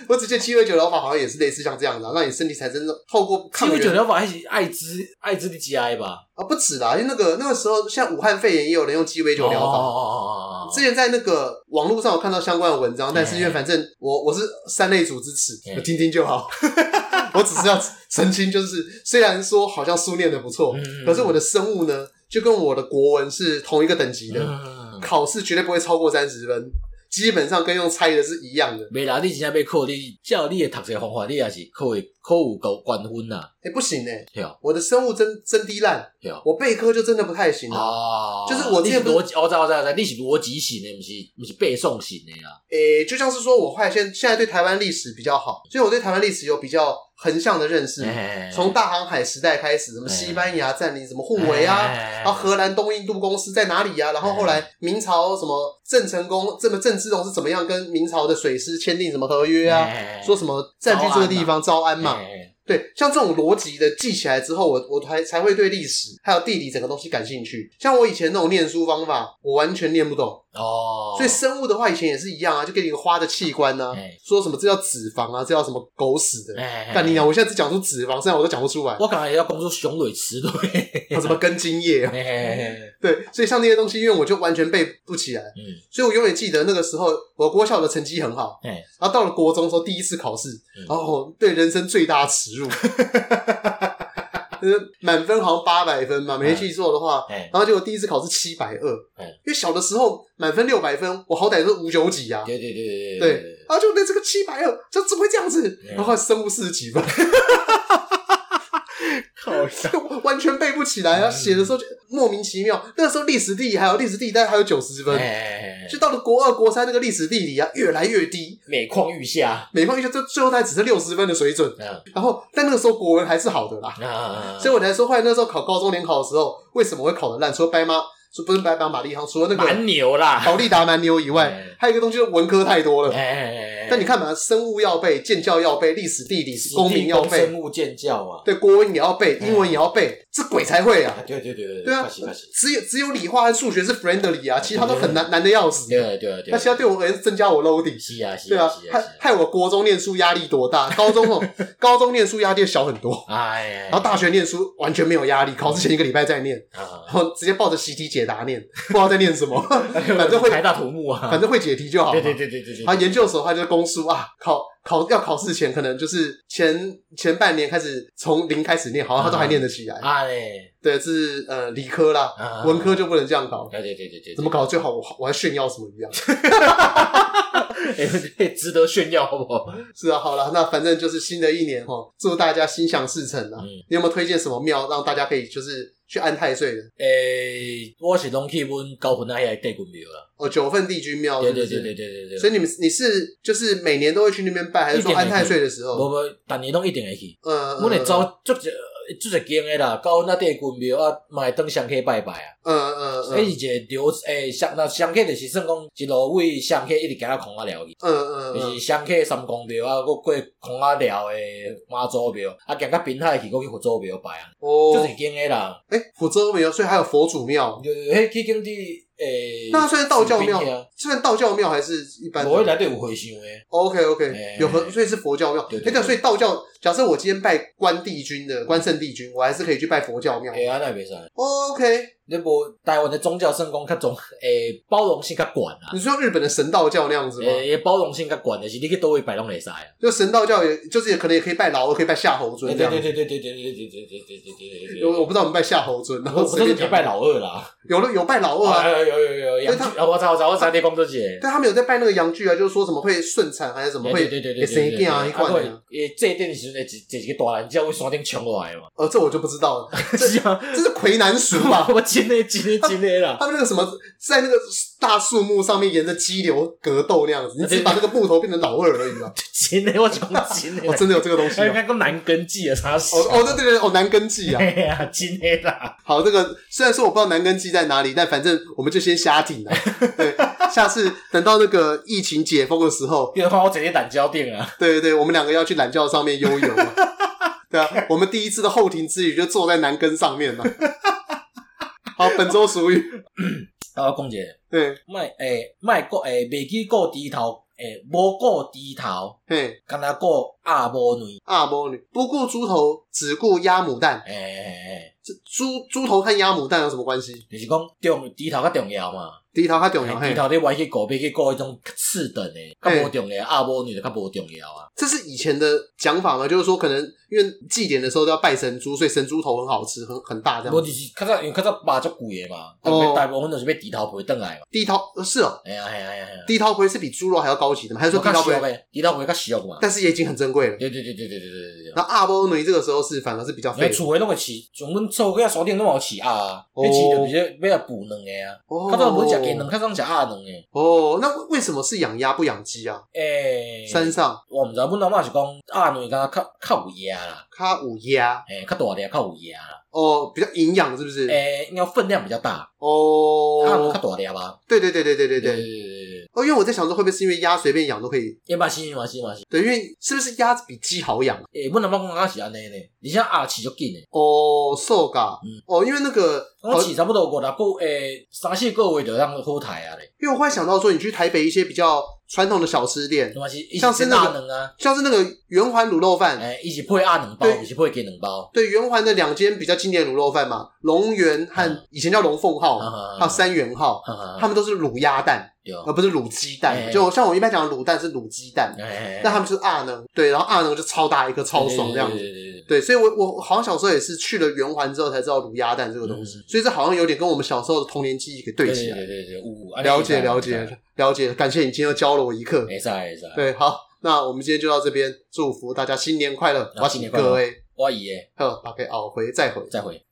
我只记得鸡尾酒疗法好像也是类似像这样的啊，让你身体产生透过
鸡
抗
尾酒
原
疗法还是艾滋艾滋的 GI 吧？
啊，不止啦，因为那个那个时候像武汉肺炎也有人用鸡尾酒疗
哦
法。
哦哦哦哦
之前在那个网络上有看到相关的文章，但是因为反正我我是三类组支持，
嗯
我听听就好。 我只是要澄清，就是虽然说好像书念的不错
嗯嗯嗯，
可是我的生物呢，就跟我的国文是同一个等级的，
嗯，
考试绝对不会超过三十分，基本上跟用猜的是一样的。
没啦，你真正要考你，照你的读册方法，你也是考会考有高冠分啦，
哎、不行哎、
对啊
我的生物真真低烂
对啊，
我备科就真的不太行啊。
哦，
就是我之
你是
前不是
逻辑，我知道我知道，我知道你是逻辑型的，不是不是背诵型的啦。
诶、就像是说我后来现现在对台湾历史比较好，所以我对台湾历史有比较横向的认识。
哎
从大航海时代开始，什么西班牙占领什么互为啊，
哎
然后荷兰东印度公司在哪里啊呀、然后后来明朝什么郑成功，这么郑芝龙是怎么样跟明朝的水师签订什么合约啊？
哎
说什么占据这个地方招安嘛？
哎
对，像这种逻辑的记起来之后，我我才才会对历史还有地理整个东西感兴趣。像我以前那种念书方法，我完全念不懂。
哦，
所以生物的话，以前也是一样啊，就给你个花的器官呐、啊
哎，
说什么这叫脂肪啊，这叫什么狗屎的。
哎
干你娘！我现在只讲出脂肪，现在我都讲不出来，
我刚才要讲出雄蕊雌 蕊，
什么根茎叶啊？
嘿嘿嘿
对，所以像那些东西，因为我就完全背不起来，
嗯，
所以我永远记得那个时候，我国小的成绩很好，
哎，
然后到了国中的时候第一次考试，
嗯
然后对人生最大耻辱，就是满分好像八百分嘛，没记错的话，
哎，
然后结果第一次考是七百二
嗯，
因为小的时候满分六百分，我好歹都是五九几啊，
对对对
对，然后就那这个七百二，这怎么会这样子？
嗯
然后生物四十几分，
靠山，
完全背不起来啊！
嗯
写的时候就莫名其妙。那个时候历史地理还有历史地理，大概还有九十分，
哎，
就到了国二、国三那个历史地理啊，越来越低，
每况愈下，
每况愈下，就最后才只剩六十分的水准。
嗯，
然后，但那个时候国文还是好的啦，
啊，
所以我才说，后来那时候考高中联考的时候，为什么会考得烂？除了白马，除不是白马马力汤，除了那个
蛮牛啦，
保利达蛮牛以外
嗯，
还有一个东西就是文科太多了。
哎，
但你看嘛，生物要背，建教要背，历史地理、公民要背，
生物建教啊，
对，国文也要背，
嗯
英文也要背，这鬼才会啊！
对对对
对啊
快些快些，
只有只有理化和数学是 friendly 啊，其他都很难难的要死。
对对对，
那其他对我而言是增加我 loading。
是啊是
对啊
啊是，啊
害
是
害我国中念书压力多大， 高中哦，高中念书压力小很多，
啊，哎，
然后大学念书完全没有压力，考试前一个礼拜再念，然
啊，
后直接抱着习题解答念，不知道在念什 么，
哎
反正会
台大土木啊，
反正会解题就好嘛。
对对对对对对，
然后研究所的话就是公书啊，考考要考试前可能就是前前半年开始从零开始念，好像他都还念得起来。
啊嘞，
对，是呃理科啦，
啊
文科就不能这样搞，
对对对对对，
怎么搞最好我我还炫耀什么一样。
哎，值得炫耀好不好？
是啊，好了，那反正就是新的一年哦，祝大家心想事成啊！
嗯
你有没有推荐什么庙让大家可以就是去安太岁的？
诶，我是拢去阮高分那遐地群庙啦，
哦，九份地君庙是
对
不
对
是？
对对对对
所
对，
以你们你是就是每年都会去那边拜，还是说
一定会
安
去
太岁的时
无
候？
无，逐年拢一定会去。
哦呃，
阮会走足一足一间诶啦，到阮那地群庙啊，嘛会当上去拜拜啊。
呃呃呃
迄是一个流诶，上那上客就是算讲一路位上客一直行到空啊寮去，
呃呃
就
呃
是上客三公庙啊，佮过空啊寮诶妈祖庙，啊行到滨海去，佮去佛祖庙拜啊，足
哦
一，间诶啦。
哎，福州没有，所以还有佛祖庙，
就迄去景伫诶，
那算是道教庙
水滨遐，
这算道教庙还是一般的？
无迄内底有和尚诶，
OK OK，
哎
有和所以是佛教庙。
对
哎，
对对
对，所以道教，假设我今天拜关帝君的关圣帝君，我还是可以去拜佛教庙。哦
会啊，那袂使。
OK，
你无台湾的宗教圣讲较重，诶、包容性较悬啊，
你说日本的神道教那样子吗？
诶、包容性较悬的是你去倒位摆拢会使啊。
就神道教也就是也可能也可以拜老二，可以拜夏侯
对
尊这
对
样。
对对对对对对对对对对对对。
有我不知道我们拜夏侯尊，然
我
后
我
随
都是
便
礼
讲
拜老哦哎二啦，
有了有拜老二啊，
有有有有有，我操我操我操，你讲这些。
但他们有在拜那个洋剧啊，就是说什么会顺产还是什么
对
会
对对
会
对
生
对
一
对，
定啊一
啊
罐
会
的，
诶，这一点时阵，一一个大人只会山顶冲落来嘛，
呃，这我就不知道了，这
是啊，
这是魁南鼠吧？
我真真的真的真的啦。
他们那个什么，在那个大树木上面沿着激流格斗那样子，你只是把那个木头变成老二而已嘛。
真的，我讲真的
哦，
啦。
真的有这个东西
还有
哦。
看过南根记啊，啥事
哦？哦，对对对，哦，南根记啊
哎，呀，真的啦，
好，这个虽然说我不知道南根记在哪里，但反正我们就先瞎挺了。对，下次等到那个疫情解封的时候，
变换我直接懒胶垫啊，
对对对，我们两个要去懒觉上面悠游嘛。对啊，我们第一次的后庭之旅就坐在南根上面了。好，本周俗语，
啊，我讲一个，
对，
卖诶卖顾诶，袂记顾低头，诶无顾低头，
嘿，
干那顾鸭无卵，
阿波女不顾猪头，只顾鸭母蛋。
诶诶诶，
这猪猪头和鸭母蛋有什么关系？
就是讲重低头较重要嘛，
低头它重要，
低
哦嘿，
头你歪去顾，别去顾迄种次等诶，较无重要，鸭无卵就较无重要啊，
这是以前的讲法嘛，就是说可能因为祭典的时候都要拜神猪，所以神猪头很好吃，很很大这
无
样。
就是较早因为较早肉足贵诶嘛，但
哦
大部分都是要低头陪转来嘛，
低头呃是哦，
哎呀哎呀哎呀，
低头葵是比猪肉还要高级的吗？还是说低
较
头
俗
葵，
呗，低头陪较俗嘛，
但是也已经很珍贵了。
对对对对对对对对对。
然后阿波女这个时候是反而是比较
你
废的
厝诶拢会饲，像阮厝个山顶拢有饲鸭啊，
哦
迄饲着是要要补卵诶啊。
哦
较早无食鸡卵，较早食鸭卵诶。
哦，那为什么是养鸭不养鸡啊？
诶，
山上
我毋知，阮阿嬷是讲鸭卵敢较较有鸭啦，
它五鸭
诶，较大粒较有鸭啦，
哦，比较营养是不是？
诶，应该分量比较大，鸭卵
哦，
较大粒吧？
对对对对对对
对对
对。
对，
哦，因为我在想说会不会是因为鸭随便养都可以？
也嘛是嘛是嘛是。
对，因为是不是鸭子比鸡好养啊？
诶，阮阿嬷讲敢是安尼呢，而且鸭饲足紧诶，
哦，瘦噶
嗯，
哦，因为那个，
我
哦
饲差不多五六个诶三四个月就当好刣啊咧，
因为我忽然想到说，你去台北一些比较传统的小吃店，
嘛是伊
像
是
是
煎
那
鸭
个
卵啊，
像是那个圆环卤肉饭，
诶，伊是配鸭卵包，
对
毋是配鸡卵包。
对，圆环的两间比较经典的卤肉饭嘛，龙源
嗯
和以前叫龙凤号，
啊
还有三元号，
哈
他们都是卤鸭蛋，
对，
而呃不是卤鸡蛋。
哎
就像我一般讲的卤蛋是卤鸡蛋，
哎
但他们就是阿能，对，然后阿能就超大一个，超爽这样
对
子。
对对对对
对，所以我我好像小时候也是去了圆环之后才知道卤鸭蛋这个东西
嗯，
所以这好像有点跟我们小时候的童年记忆给对
对
起
对
来。
对对对，有啊
了解
你知道哎
了解了解，感谢你今天又教了我一课。
会使会使。
对，好，那我们今天就到这边，祝福大家新年快乐，
啊
我
新
请
年快乐
各位，
我姨诶，
呵，把给熬回再回。
再会。